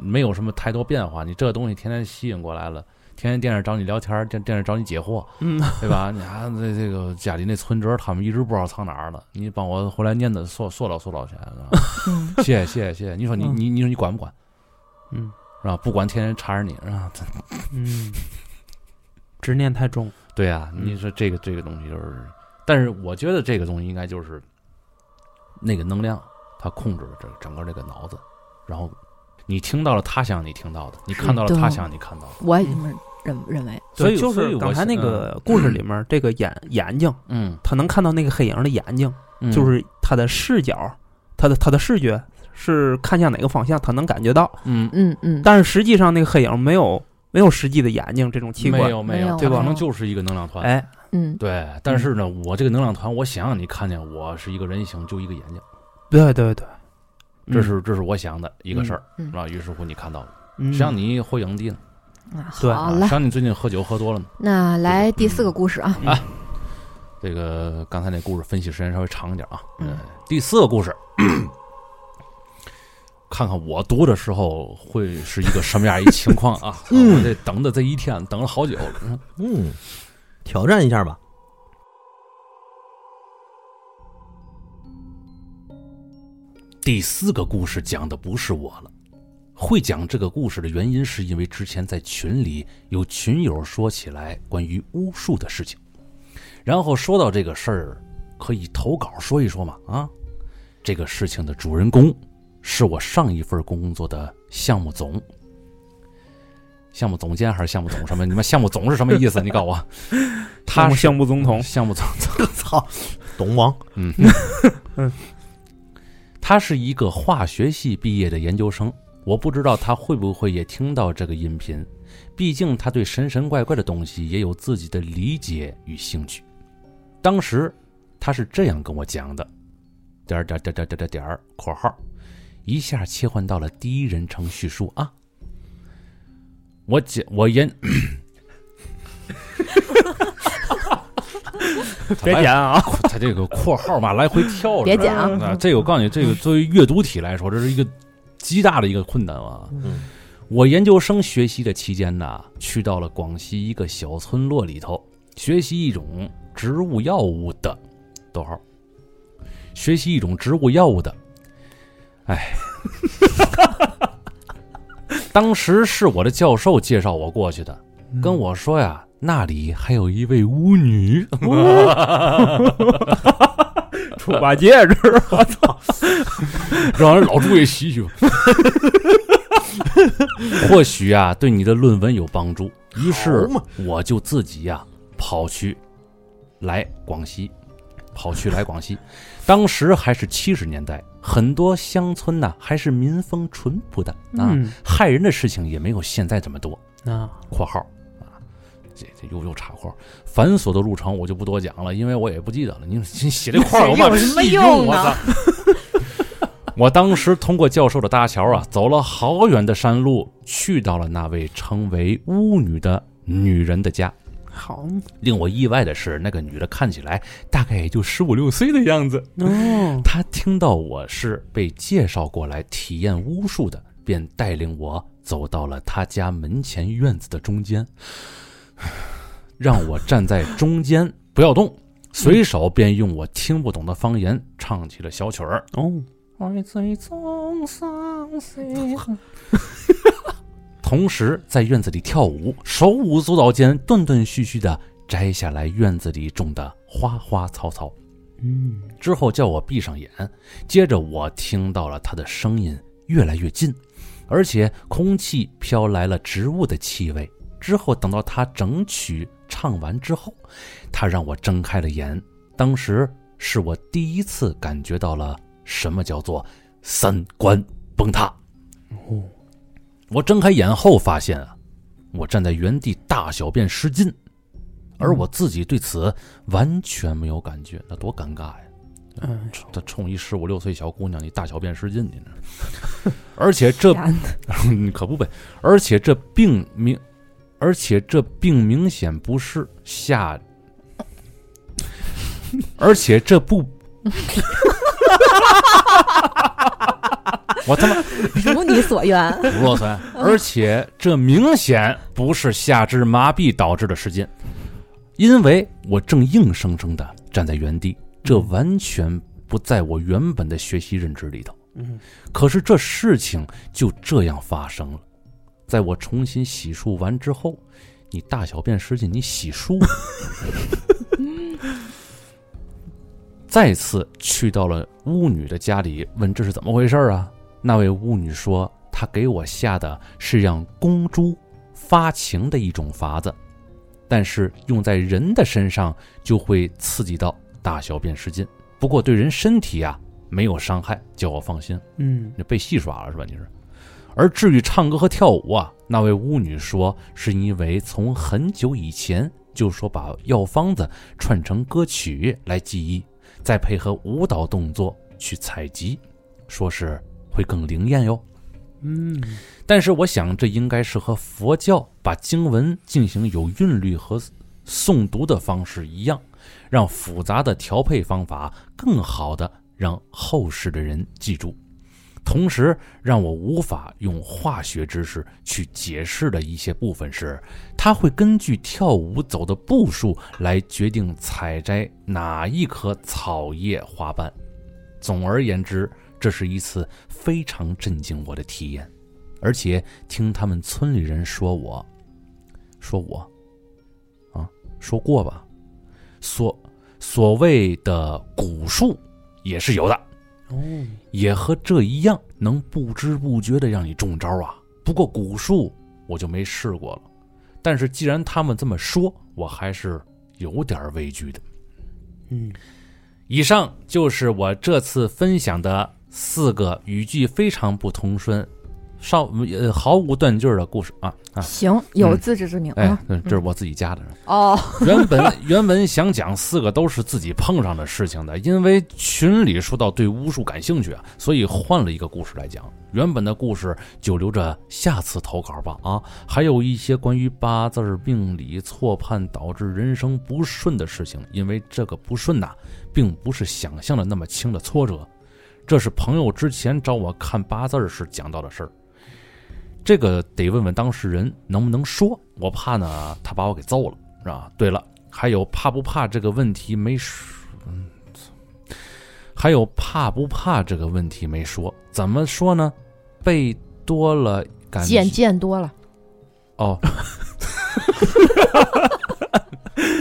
S1: 没有什么太多变化，你这个东西天天吸引过来了，天天电视找你聊天儿，电电视找你解惑，
S4: 嗯
S1: 对吧？ [LAUGHS] 你还这这个家里那存折，他们一直不知道藏哪儿了，你帮我回来念叨说说老说老去，是
S2: 嗯
S1: 吧啊谢谢谢谢谢谢。你说你
S4: 嗯
S1: 你你说你管不管
S4: 嗯
S1: 是吧？不管，天天缠着你是吧？
S4: 嗯，执念太重，
S1: 对呀、
S4: 嗯
S1: 你说这个这个东西就是，但是我觉得这个东西应该就是那个能量，它控制了这整个这个脑子，然后你听到了他想你听到的，你看到了
S2: 的
S1: 他想你看到的，
S2: 我也这
S1: 嗯
S2: 么认认为，
S1: 所以
S4: 对就
S1: 所以
S4: 是
S1: 我嗯
S4: 刚才
S1: 现
S4: 那个故事里面，这个眼眼睛，
S1: 嗯，
S4: 他能看到那个黑影的眼睛，
S1: 嗯
S4: 就是他的视角，他的他的视觉是看向哪个方向，他能感觉到。
S1: 嗯，
S2: 嗯嗯，
S4: 但是实际上那个黑影没有没有实际的眼睛这种器
S1: 没
S4: 官，
S1: 有
S2: 没
S1: 有，
S2: 有
S1: 它
S4: 对吧
S1: 可能就是一个能量团。
S4: 哎，
S2: 嗯
S1: 对，但是呢，我这个能量团，我想让你看见我是一个人形，就一个眼睛，
S4: 对对对，
S1: 这是这是我想的一个事儿，
S2: 嗯
S1: 是吧？于是乎你看到了，
S4: 嗯
S1: 谁让你火影帝呢？
S2: 啊，
S4: 对
S2: 好
S1: 啊，
S2: 了
S1: 谁，让你最近喝酒喝多了呢？
S2: 那来第四个
S1: 嗯
S2: 故事啊，
S1: 这个刚才那故事分析时间稍微长一点啊。
S2: 嗯
S1: 呃，第四个故事， [CLEARS THROAT] 看看我读的时候会是一个什么样一情况啊？
S3: 嗯
S1: 啊我这等的这一天等了好久。
S3: 嗯，挑战一下吧。
S1: 第四个故事讲的不是我了。会讲这个故事的原因，是因为之前在群里有群友说起来关于巫术的事情，然后说到这个事儿，可以投稿说一说嘛啊。这个事情的主人公是我上一份工作的项目总，项目总监还是项目总什么？你们项目总是什么意思？你告诉我，他
S4: 项目
S1: 是
S4: 项目总统，
S1: 项目总。
S3: 操，董王，
S1: 嗯， [LAUGHS] 他是一个化学系毕业的研究生，我不知道他会不会也听到这个音频，毕竟他对神神怪怪的东西也有自己的理解与兴趣。当时他是这样跟我讲的：点儿点儿点儿点儿点儿点儿点儿（括号），一下切换到了第一人称叙述啊。我讲我研，
S4: [LAUGHS] 别剪啊，
S1: 他这个括号嘛，来回跳着，
S2: 别讲
S1: 啊，这个我告诉你，这个作为阅读体来说，这是一个极大的一个困难啊。
S3: 嗯
S1: 我研究生学习的期间呢，去到了广西一个小村落里头，学习一种植物药物的，逗号，学习一种植物药物的，哎， [LAUGHS] 当时是我的教授介绍我过去的，跟我说呀，那里还有一位巫女，
S4: 出把哦戒指，我操，
S1: [LAUGHS] 让人老朱也唏嘘。或许啊，对你的论文有帮助。于是
S3: 好嘛
S1: 我就自己呀、跑去来广西，跑去来广西。当时还是七十年代，很多乡村呐、还是民风淳朴的啊，
S4: 嗯
S1: 害人的事情也没有现在这么多。
S4: 啊，
S1: （括号啊，这这又又插括号，繁琐的路程我就不多讲了，因为我也不记得了。你你写 [LAUGHS] 这块儿有嘛
S2: [LAUGHS] 有什么
S1: 屁
S2: 用
S1: 我操
S2: 呢！
S1: [LAUGHS] 我当时通过教授的搭桥啊，走了好远的山路，去到了那位称为巫女的女人的家。
S4: 好，
S1: 令我意外的是，那个女的看起来大概也就十五六岁的样子。 [LAUGHS]
S4: 哦，
S1: 她听到我是被介绍过来体验巫术的，便带领我走到了她家门前院子的中间， [SIGHS] 让我站在中间不要动，随手便用我听不懂的方言唱起了小曲儿。
S4: 哦，
S1: 爱最终伤心。同时在院子里跳舞，手舞足蹈间，断断续续的摘下来院子里种的花花草草。
S4: 嗯，
S1: 之后叫我闭上眼，接着我听到了他的声音越来越近，而且空气飘来了植物的气味。之后等到他整曲唱完之后，他让我睁开了眼。当时是我第一次感觉到了什么叫做三观崩塌。
S4: 哦，
S1: 我睁开眼后发现啊，我站在原地大小便失禁，而我自己对此完全没有感觉，那多尴尬呀！
S4: 嗯，
S1: 他冲一十五六岁小姑娘，你大小便失禁，你这，而且 [LAUGHS] 这
S2: 天哪
S1: 嗯可不呗，而且这并明，而且这并明显不是下，而且这不，我他妈
S2: [LAUGHS] 如你所愿，
S1: [LAUGHS] 不落酸，而且这明显不是下肢麻痹导致的事件，因为我正硬生生的站在原地，这完全不在我原本的学习认知里头。
S4: 嗯，
S1: 可是这事情就这样发生了，在我重新洗漱完之后，你大小便失禁，你洗漱 [LAUGHS] 了。再次去到了巫女的家里，问这是怎么回事儿啊？那位巫女说，她给我下的是让公猪发情的一种法子，但是用在人的身上就会刺激到大小便失禁，不过对人身体啊没有伤害，叫我放心。
S4: 嗯
S1: 你被戏耍了是吧？你是。而至于唱歌和跳舞啊，那位巫女说，是因为从很久以前就说把药方子串成歌曲来记忆，再配合舞蹈动作去采集，说是会更灵验哟。
S4: 嗯
S1: 但是我想，这应该是和佛教把经文进行有韵律和诵读的方式一样，让复杂的调配方法更好的让后世的人记住，同时让我无法用化学知识去解释的一些部分是，它会根据跳舞走的步数来决定采摘哪一棵草叶花瓣。总而言之，这是一次非常震惊我的体验。而且听他们村里人说我，说我，啊，说过吧，所所谓的蛊术也是有的，
S4: 哦
S1: 也和这一样，能不知不觉的让你中招啊。不过蛊术我就没试过了，但是既然他们这么说，我还是有点畏惧的。
S4: 嗯
S1: 以上就是我这次分享的四个语句非常不通顺、少呃毫无断句儿的故事啊啊！
S2: 行，有
S1: 嗯
S2: 自知之明
S1: 哎
S2: 啊，。
S1: 这是我自己加的。
S2: 哦，
S1: 原本原本想讲四个都是自己碰上的事情的，因为群里说到对巫术感兴趣啊，所以换了一个故事来讲。原本的故事就留着下次投稿吧啊，还有一些关于八字儿命理错判导致人生不顺的事情，因为这个不顺呐、并不是想象的那么轻的挫折，这是朋友之前找我看八字儿时讲到的事儿。这个得问问当事人能不能说，我怕呢他把我给揍了。是吧？对了，还有怕不怕这个问题没说，嗯，还有怕不怕这个问题没说，怎么说呢？背多了感觉
S2: 见见多了，
S1: [LAUGHS] 哦，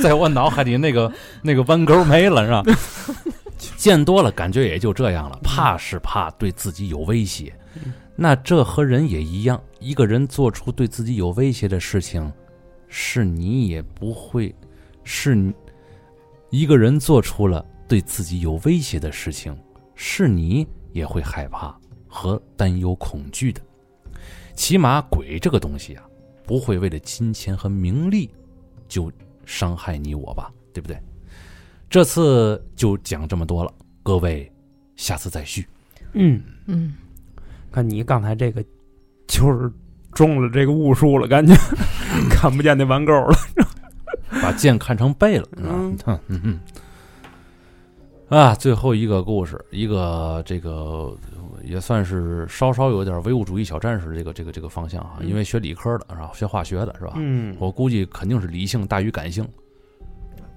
S1: 在我脑海里那个那个弯钩没了是吧？ [LAUGHS] 嗯见多了感觉也就这样了，怕是怕对自己有威胁，那这和人也一样，一个人做出对自己有威胁的事情，是你也不会，是你一个人做出了对自己有威胁的事情，是你也会害怕和担忧恐惧的。起码鬼这个东西啊，不会为了金钱和名利就伤害你我吧，对不对？这次就讲这么多了，各位，下次再续。
S4: 嗯，
S2: 嗯，
S4: 看你刚才这个就是中了这个巫术了，感 [LAUGHS] 觉看不见那玩够了。
S1: 把剑看成背了。嗯嗯嗯。 [LAUGHS] 啊，最后一个故事，一个这个也算是稍稍有点唯物主义小战士这个这个这个方向啊，
S4: 嗯
S1: 因为学理科的是吧？学化学的是吧？
S4: 嗯
S1: 我估计肯定是理性大于感性。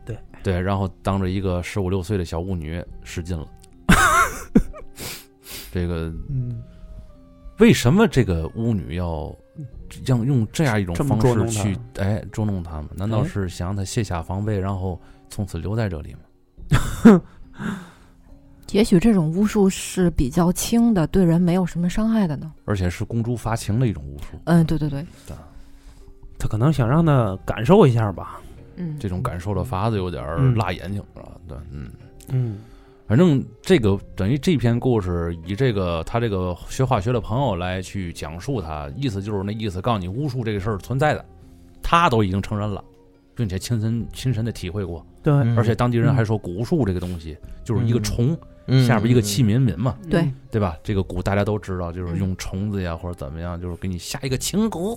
S4: 对
S1: 对，然后当着一个十五六岁的小巫女失
S4: [LAUGHS]
S1: 禁了。这个
S4: 嗯，
S1: 为什么这个巫女要让用这样一种
S4: 这么
S1: 方
S4: 捉弄
S1: 式
S4: 她
S1: 去哎捉弄他们？难道
S4: 哎
S1: 是想让他卸下防备，然后从此留在这里吗？
S2: 也许这种巫术是比较轻的，对人没有什么伤害的呢。
S1: 而且是公诸发情的一种巫术，
S2: 嗯，对对对，
S4: 他可能想让他感受一下吧。
S2: 嗯，
S1: 这种感受的法子有点儿
S4: 嗯
S1: 辣眼睛啊。对，嗯，
S4: 嗯
S1: 反正这个等于这篇故事以这个他这个学化学的朋友来去讲述他，意思就是那意思，告诉你巫术这个事儿是存在的，他都已经承认了，并且亲身亲身的体会过，
S4: 对，
S1: 而且当地人
S4: 嗯
S1: 还说蛊术这个东西就是一个
S4: 嗯
S1: 虫。
S3: 嗯
S1: 下边一个气
S3: 嗯
S1: 民民嘛，
S2: 对
S4: 嗯
S1: 对吧？这个蛊大家都知道，就是用虫子呀或者怎么样，就是给你下一个情蛊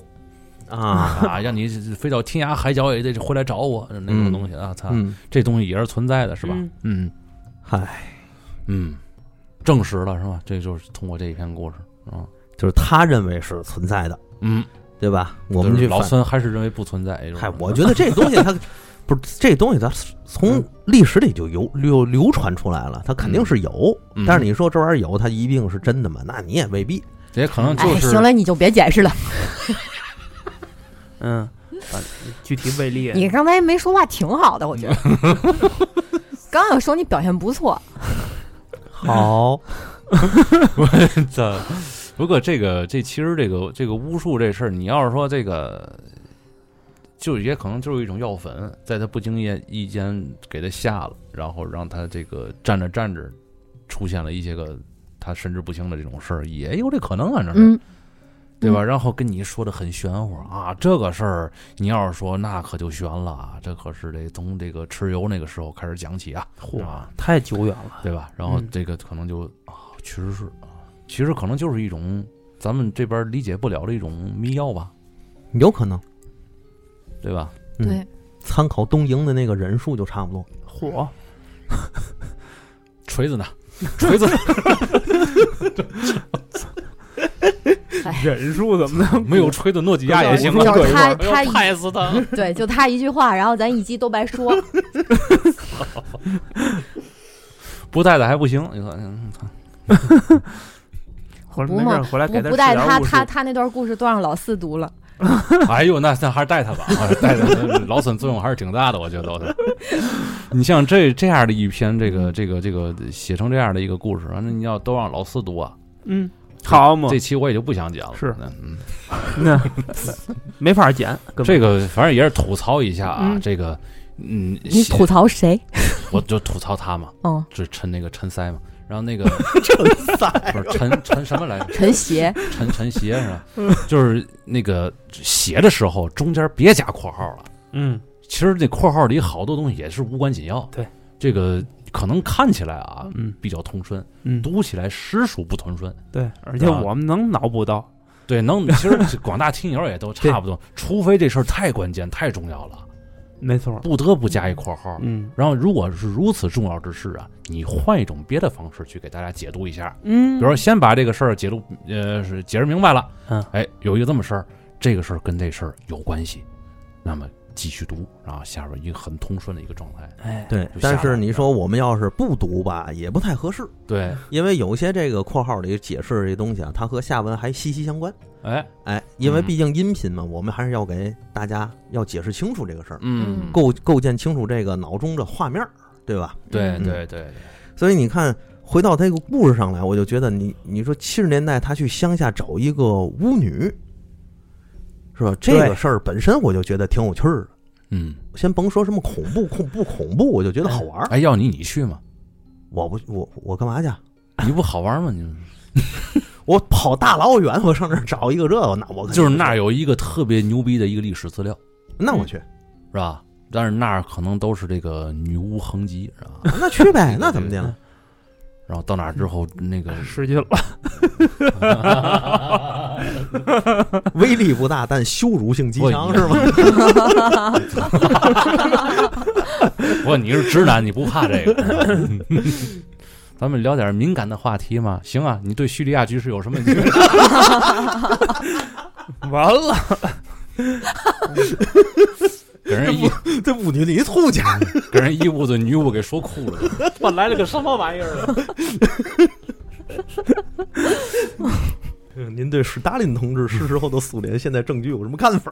S3: 啊，
S1: 啊，让你飞到天涯海角也得回来找我那种东西啊！操，
S3: 嗯，
S1: 这东西也是存在的，是吧
S4: 嗯？
S1: 嗯
S3: 嗨，
S1: 嗯，证实了是吧？这就是通过这一篇故事啊，
S3: 就是他认为是存在的，
S1: 嗯，
S3: 对吧？我们
S1: 就是
S3: 去
S1: 老
S3: 反
S1: 孙还是认为不存在，也就是
S3: 嗨，我觉得这东西
S1: [LAUGHS]
S3: 它不是这东西，它从
S1: 嗯
S3: 历史里就有流流传出来了，它肯定是有。
S1: 嗯
S3: 但是你说这玩意儿有，它一定是真的吗？那你也未必。
S1: 也可能就
S2: 哎，
S1: 是
S2: 行了，你就别解释了。
S4: 嗯，反具体为例，
S2: 你刚才没说话挺好的，我觉得。
S1: [LAUGHS]
S2: 刚有说你表现不错，
S1: 嗯
S3: 好，
S1: 这，不过这个这其实这个这个巫术这事儿，你要是说这个，就也可能就是一种药粉，在他不经意意间给他下了，然后让他这个站着站着，出现了一些个他神志不清的这种事儿，也有这可能，反正是。
S2: 嗯，
S1: 对吧？然后跟你说的很玄乎啊，这个事儿你要是说那可就悬了啊，这可是得从这个蚩尤那个时候开始讲起啊，
S4: 嚯
S1: 啊，
S4: 太久远了。
S1: 对吧？然后
S4: 嗯
S1: 这个可能就啊，确实是，啊其实可能就是一种咱们这边理解不了的一种迷药吧，
S3: 有可能
S1: 对吧？
S3: 嗯
S2: 对，
S3: 参考东瀛的那个人数就差不多。
S4: 嚯，
S1: 锤子呢？锤子
S4: 人数怎么 [LAUGHS] 能
S1: 没有锤子，诺基亚也行
S4: 不
S1: 啊
S4: 要，
S2: 就
S4: 对
S2: 他
S4: 我
S1: 哎
S2: 他
S1: 呦害死他！
S2: 对，就他一句话，然后咱一集都白说。
S1: [LAUGHS] 不带的还不行，你看，嗯
S4: 回来
S2: 不
S4: 没事
S2: 嘛
S4: 儿回来给
S2: 不
S4: 他
S2: 不带
S4: 吃点
S2: 他，
S4: 误
S2: 他
S4: 事
S2: 他那段故事都让老四读了。
S1: 哎呦，那那还是带他吧，啊带他劳损作用还是挺大的，我觉得我操。你像这这样的一篇，这个这个这个写成这样的一个故事，反正你要都让老四读啊，
S4: 嗯，好嘛
S1: 这，期我也就不想讲了。
S4: 是
S1: 嗯，
S4: [LAUGHS] 那没法剪。根本
S1: 这个反正也是吐槽一下啊，
S4: 嗯
S1: 这个嗯，
S2: 你
S1: 写
S2: 吐槽谁？
S1: 我就吐槽他嘛，
S2: 嗯，
S1: 就陈那个陈塞嘛，然后那个
S3: 塞，
S1: 不是陈陈什么来着？
S2: 陈邪。
S1: 陈陈邪是吧？就是那个写的时候中间别加括号了。
S4: 嗯，
S1: 其实这括号里好多东西也是无关紧要。
S4: 对，
S1: 这个可能看起来啊，
S4: 嗯
S1: 比较通顺，
S4: 嗯，
S1: 读起来实属不通顺。
S4: 对，而且
S1: 啊
S4: 我们能脑补到，
S1: 对， [LAUGHS] 能，其实这广大听友也都差不多，除非这事儿太关键、太重要了，
S4: 没错。
S1: 不得不加一括号。
S4: 嗯
S1: 然后，如果是如此重要之事啊，你换一种别的方式去给大家解读一下，比
S4: 嗯
S1: 如说先把这个事儿解读，呃，是解释明白了，
S4: 嗯，
S1: 哎，有一个这么事儿，这个事儿跟这事儿有关系，那么继续读，然后下边一个很通顺的一个状态。
S4: 哎，
S3: 对
S1: 就，
S3: 但
S1: 下来
S3: 是你
S1: 了
S3: 说我们要是不读吧，也不太合适，
S1: 对，
S3: 因为有些这个括号里解释这东西啊，它和下文还息息相关。
S1: 哎，
S3: 哎，因为
S1: 嗯
S3: 毕竟音频嘛，我们还是要给大家要解释清楚这个事儿，
S1: 嗯
S2: 嗯，
S3: 构构建清楚这个脑中的画面儿，对吧？
S1: [LAUGHS] 对
S2: 嗯
S1: 对对，
S3: 所以你看，回到这个故事上来，我就觉得你你说七十年代他去乡下找一个巫女，是吧？这个事儿本身我就觉得挺有趣儿的。
S1: 嗯，
S3: 先甭说什么恐怖恐不恐怖，我就觉得好玩儿。
S1: 哎，要你你去嘛，
S3: 我不我我干嘛去？啊
S1: 你不好玩吗？你
S3: 我跑大老远，我上这儿找一个这个，那我肯定
S1: 就是
S3: 不
S1: 那儿
S3: 去
S1: 有一个特别牛逼的一个历史资料，
S3: 那我去， [LAUGHS]
S1: 是吧？但是那儿可能都是这个女巫横集，是吧？
S3: 那去呗，那怎么的了？
S1: 然后到那儿之后，那个
S4: 失去了。
S3: 威力不大，但羞辱性极强，
S1: 我
S3: 是吗？ [LAUGHS]
S1: 不过你是直男，你不怕这个？ [LAUGHS] 是吧咱们聊点敏感的话题嘛，行啊？你对叙利亚局势有什么？
S4: 完了，
S1: 给人 [LAUGHS] 一
S3: 这舞女里吐家，
S1: 给人一屋子女巫给说哭了都，
S4: 我来了个什么玩意 [LAUGHS] 儿？
S3: [LAUGHS] 您对史达林同志逝世后的苏联现在政局有什么 [LAUGHS] 看法？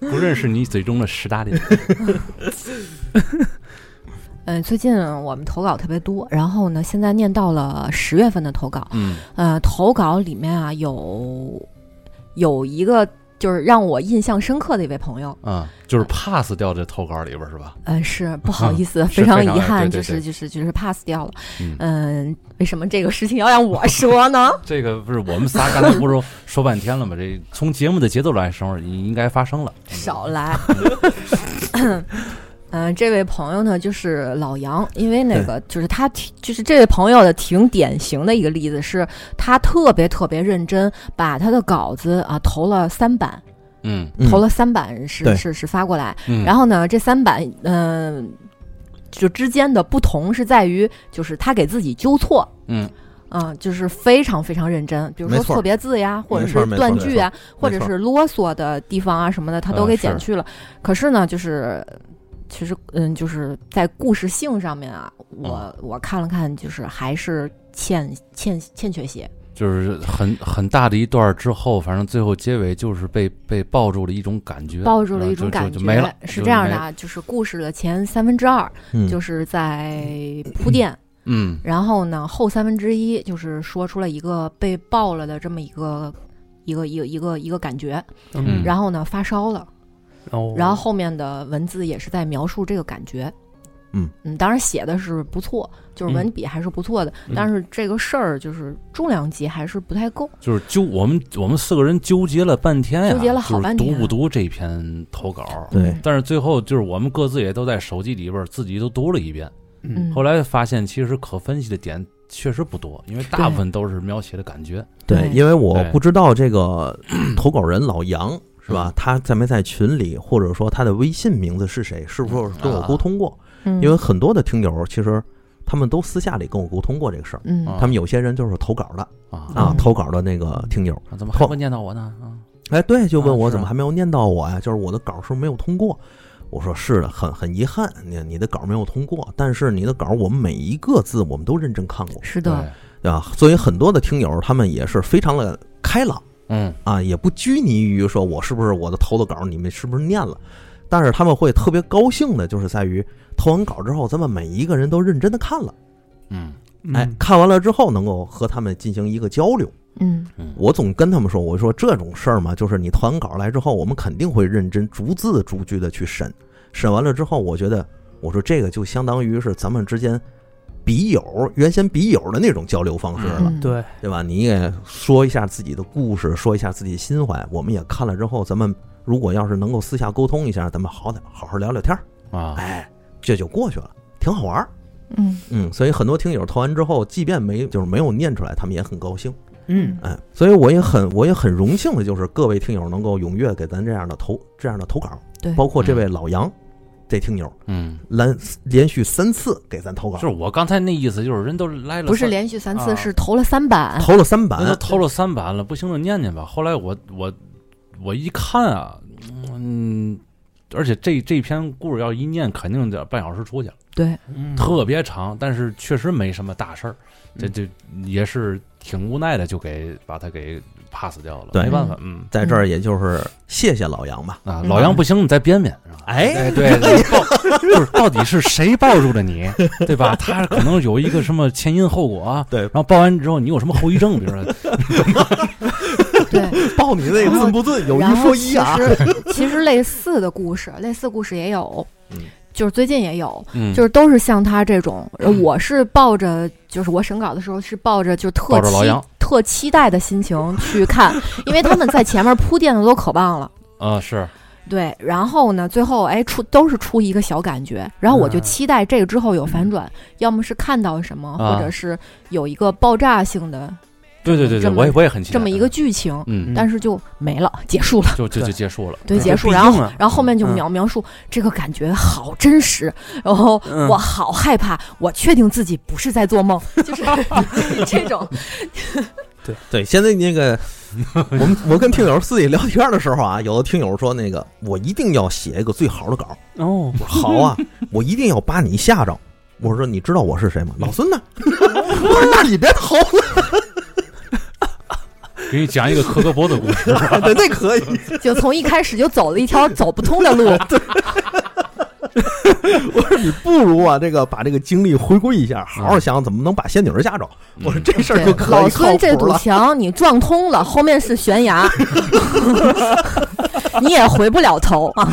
S1: 不认识你嘴中的史大林。
S2: 嗯，最近我们投稿特别多，然后呢，现在念到了十月份的投稿。
S1: 嗯
S2: 呃，投稿里面啊有有一个就是让我印象深刻的一位朋友，
S1: 啊，就是 pass 掉这投稿里边是吧？
S2: 嗯，是不好意思，
S1: 是
S2: 非常
S1: 非常
S2: 遗憾，
S1: 对对
S2: 就是就是就是 pass 掉了。
S1: 嗯
S2: 嗯，为什么这个事情要让我说呢？
S1: 这个不是我们仨刚才不是说半天了吗？这从节目的节奏来说，你应该发生了。
S2: 少来。 [LAUGHS] 嗯、这位朋友呢，就是老杨，因为那个就是他挺，就是这位朋友的挺典型的一个例子，是他特别特别认真，把他的稿子啊投了三版，
S1: 嗯
S2: 投了三版是、
S3: 对
S2: 是是发过来，
S1: 嗯，
S2: 然后呢，这三版嗯、就之间的不同是在于，就是他给自己纠错，
S1: 嗯
S2: 嗯，就是非常非常认真，比如说
S3: 没错
S2: 错别字呀，或者
S3: 没错
S2: 是
S3: 没错
S2: 断句啊，或者
S3: 没错
S2: 是啰嗦的地方啊什么的，他都
S1: 呃
S2: 给
S1: 是
S2: 减去了。可是呢，就是其实嗯，就是在故事性上面啊，我、
S1: 嗯
S2: 我看了看，就是还是欠欠欠缺些。
S1: 就是很很大的一段之后，反正最后结尾就是被被抱住了一种感觉，
S2: 抱住了一种
S1: 就
S2: 感
S1: 就
S2: 觉，
S1: 就没了，
S2: 是
S1: 就
S2: 这样
S1: 没
S2: 的
S1: 了。
S2: 啊，就是故事的前三分之二
S3: 嗯
S2: 就是在铺垫，
S1: 嗯
S2: 然后呢，后三分之一就是说出了一个被爆了的这么一个一个一个一个一个感觉，
S1: 嗯
S2: 然后呢发烧了，
S4: 哦
S2: 然后后面的文字也是在描述这个感觉，
S3: 嗯
S2: 嗯，当然写的是不错，就是文笔还是不错的，
S4: 嗯
S2: 但是这个事儿就是重量级还是不太够。
S1: 就是纠我们我们四个人纠结了半天呀，
S2: 纠结了好半天啊
S1: 就是读不读这篇投稿？
S3: 对
S2: 嗯
S1: 但是最后就是我们各自也都在手机里边儿自己都读了一遍，
S4: 嗯
S2: 嗯
S1: 后来发现其实可分析的点确实不多，因为
S2: 啊
S1: 大部分都是描写的感觉。
S3: 对
S2: 对，
S3: 因为我
S1: 对
S3: 不知道这个投稿人老杨是吧，他在没在群里，或者说他的微信名字是谁，是不是跟我沟通过？
S2: 嗯
S3: 因为很多的听友其实他们都私下里跟我沟通过这个事儿，
S2: 嗯
S1: 啊
S3: 他们有些人就是投稿的
S1: 啊
S3: 啊
S2: 嗯，
S3: 投稿的那个听友，
S1: 啊怎么还会念到我呢？啊，
S3: 哎，对，就问
S1: 啊是啊
S3: 我怎么还没有念到我呀、就是我的稿是不是没有通过？我说是的，很很遗憾，你你的稿没有通过，但是你的稿我们每一个字我们都认真看过，
S2: 是
S1: 对，
S2: 的，
S3: 对吧？所以很多的听友他们也是非常的开朗。
S1: 嗯，
S3: 啊，也不拘泥于说我是不是我的投的稿，你们是不是念了，但是他们会特别高兴的，就是在于投完稿之后，咱们每一个人都认真的看了，
S1: 嗯，
S3: 哎，看完了之后能够和他们进行一个交流。
S2: 嗯
S3: 我总跟他们说，我说这种事儿嘛，就是你投完稿来之后，我们肯定会认真逐字逐句的去审，审完了之后，我觉得我说这个就相当于是咱们之间笔友原先笔友的那种交流方式了。
S2: 嗯
S4: 对，
S3: 对吧？你也说一下自己的故事，说一下自己的心怀。我们也看了之后，咱们如果要是能够私下沟通一下，咱们好歹好好聊聊天儿，
S1: 啊，
S3: 哎，这就过去了，挺好玩儿。
S2: 嗯
S3: 嗯，所以很多听友投完之后，即便没就是没有念出来，他们也很高兴。
S4: 嗯
S3: 哎，所以我也很我也很荣幸的，就是各位听友能够踊跃给咱这样的投这样的投稿，
S2: 对
S3: 包括这位老杨、这听友，
S1: 嗯，
S3: 连连续三次给咱投稿
S1: 就，是我刚才那意思，就是人都来了，
S2: 不是连续三次，
S1: 啊
S2: 是投了三版。
S3: 投了三
S1: 人都
S2: 嗯
S3: 版，
S1: 偷了三版了，不行就念念吧。后来我我我一看啊，嗯，而且这这篇故事要一念，肯定得半小时出去了，
S2: 对，
S3: [LAUGHS]
S4: 嗯
S1: 特别长，但是确实没什么大事儿，这这也是挺无奈的，就给把它给 pass 掉了，
S3: 对
S1: 没办法，嗯
S3: 在这儿也就是谢谢老杨吧。
S1: 啊，
S2: 嗯
S1: 老杨不行，你再编编。是吧
S3: 哎，
S1: 哎，对，对抱 [LAUGHS] 就是到底是谁抱住了你，对吧？他可能有一个什么前因后果啊，
S3: 对
S1: 然后抱完之后你有什么后遗症，比如说，
S2: 对，
S3: [LAUGHS] 报你那个字不字，有
S2: 然
S3: 一
S2: 后
S3: 说一啊。
S2: 其实 [LAUGHS] 其实类似的故事，类似故事也有，
S3: 嗯
S2: 就是最近也有，
S1: 嗯，
S2: [LAUGHS] 就是都是像他这种。呃我是抱着，就是我审稿的时候是抱着就特
S1: 抱着老
S2: 期
S1: 杨
S2: 特期待的心情去
S1: [LAUGHS]
S2: 看，因为他们在前面铺垫的都可棒了。
S1: 啊是，
S2: 对，然后呢，最后哎出都是出一个小感觉，然后我就
S4: 嗯
S2: 期待这个之后有反转，要么是看到什么，
S1: 嗯啊
S2: 或者是有一个爆炸性的
S1: 对对对对，
S2: 这么
S1: 我也我也很期待
S2: 这么一个，剧情，
S1: 嗯，
S2: 但是就没了，结束了。
S1: 就就就
S4: 对
S1: 结束了，
S2: 对，
S4: 嗯
S2: 结束，
S4: 毕
S2: 然后
S4: 竟啊
S2: 然后后面就
S4: 嗯
S2: 描描述这个感觉好真实，然后
S4: 嗯
S2: 我好害怕，我确定自己不是在做
S3: [LAUGHS]
S2: 梦，就是 [LAUGHS] 这种，
S3: [LAUGHS] 对，现在那 [LAUGHS] 个我们我跟听友私底聊天的时候啊，有的听友说那个我一定要写一个最好的稿，
S4: 哦
S3: 我，说好
S2: [LAUGHS]
S3: 啊，我一定要把你吓着。我说你知道我是谁吗？老孙
S2: [LAUGHS]
S3: 呢？我说那你别投了，
S1: 给你讲一个科格勃的故事， [LAUGHS]
S3: [LAUGHS] 对那可以。
S2: 就从一开始就走了一条走不通的路，
S3: 我说你不如啊，这个把这个精力回归一下，好好想想怎么能把仙女儿吓着。我说 [LAUGHS] 这事儿就可以
S2: 老孙这
S3: 靠谱
S2: 堵
S3: 了。
S2: 墙你撞通了，后面是悬
S3: [LAUGHS]
S2: 崖，你也回不了
S3: [LAUGHS]
S2: 头啊。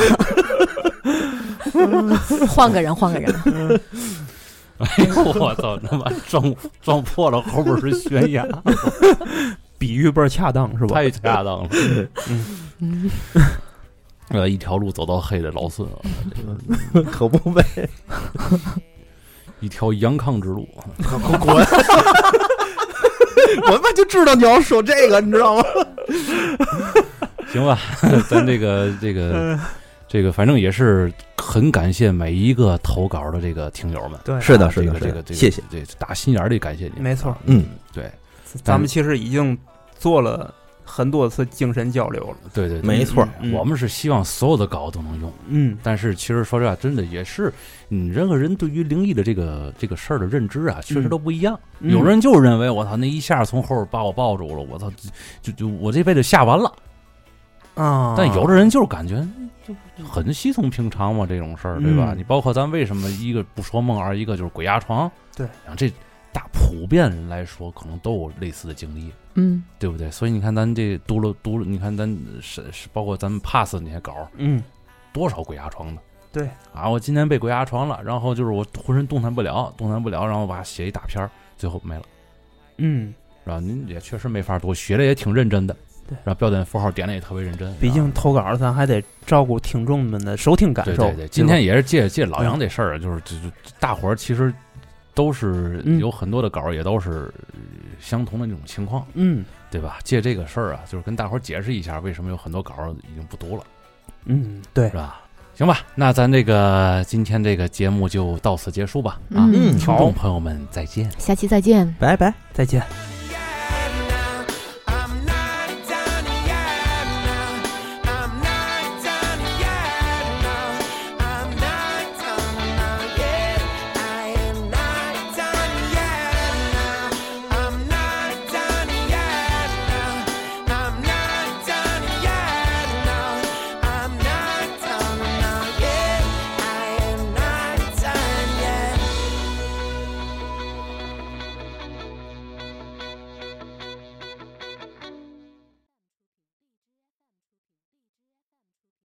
S2: 换个人，换个人，
S1: 哎呦我操，他妈撞撞破了后边是悬崖，
S4: 比喻倍儿恰当是吧？
S1: 太恰当了，
S2: 嗯，
S1: 呃，一条路走到黑的啊老孙，
S3: 可不呗，
S1: 一条阳康之路，啊
S3: 滚！ [LAUGHS] 我他妈就知道你要说这个，你知道吗？
S1: 行吧， [LAUGHS] 咱这个这个
S4: 嗯，
S1: 这个，反正也是很感谢每一个投稿的这个听友们。
S4: 对，
S3: [LAUGHS] 是的
S1: 啊
S3: 是的
S1: 这个
S3: 是的
S1: 这个这个，
S3: 谢谢，
S1: 这打心眼儿里感谢你们。
S4: 没错，
S3: 嗯，
S1: 对
S4: 咱们其实已经做了很多次精神交流了。
S1: 对对，对
S3: 没错
S4: 嗯
S1: 我们是希望所有的稿都能用，
S4: 嗯，
S1: 但是其实说实话，真的也是，嗯，人和人对于灵异的这个这个事儿的认知啊，确实都不一样。
S4: 嗯
S1: 有人就认为我操，那一下从后边把我抱住了，我操，就就我这辈子吓完了。
S4: 啊，
S1: 但有的人就是感觉就很稀松平常嘛，这种事儿，对吧？
S4: 嗯
S1: 你包括咱为什么一个不说梦，二一个就是鬼压床，
S4: 对，
S1: 然后这大普遍人来说，可能都有类似的经历，
S2: 嗯，
S1: 对不对？所以你看咱这读了读了，你看咱是是包括咱们 pass 那些稿儿，
S4: 嗯，
S1: 多少鬼压床的，
S4: 对
S1: 啊，我今天被鬼压床了，然后就是我浑身动弹不了，动弹不了，然后把它写一大篇儿，最后没了，
S4: 嗯，
S1: 是吧？您也确实没法多，学的也挺认真的，
S4: 对
S1: 然后标点符号点的也特别认真，
S4: 毕
S1: 然
S4: 竟
S1: 后
S4: 投稿咱还得照顾听众们的收听感
S1: 对
S4: 受。
S1: 对对，今天也是借借老杨
S4: 嗯
S1: 这事儿，就是就就大伙儿其实都是
S4: 嗯
S1: 有很多的稿儿，也都是呃相同的那种情况，
S4: 嗯
S1: 对吧？借这个事儿啊，就是跟大伙儿解释一下，为什么有很多稿儿已经不读了。
S4: 嗯，对
S1: 是，吧？行吧，那咱这个今天这个节目就到此结束吧。啊，
S2: 嗯
S1: 听
S4: 好
S1: 众朋友们再见。
S2: 下期再见。
S3: 拜拜。
S4: 再见。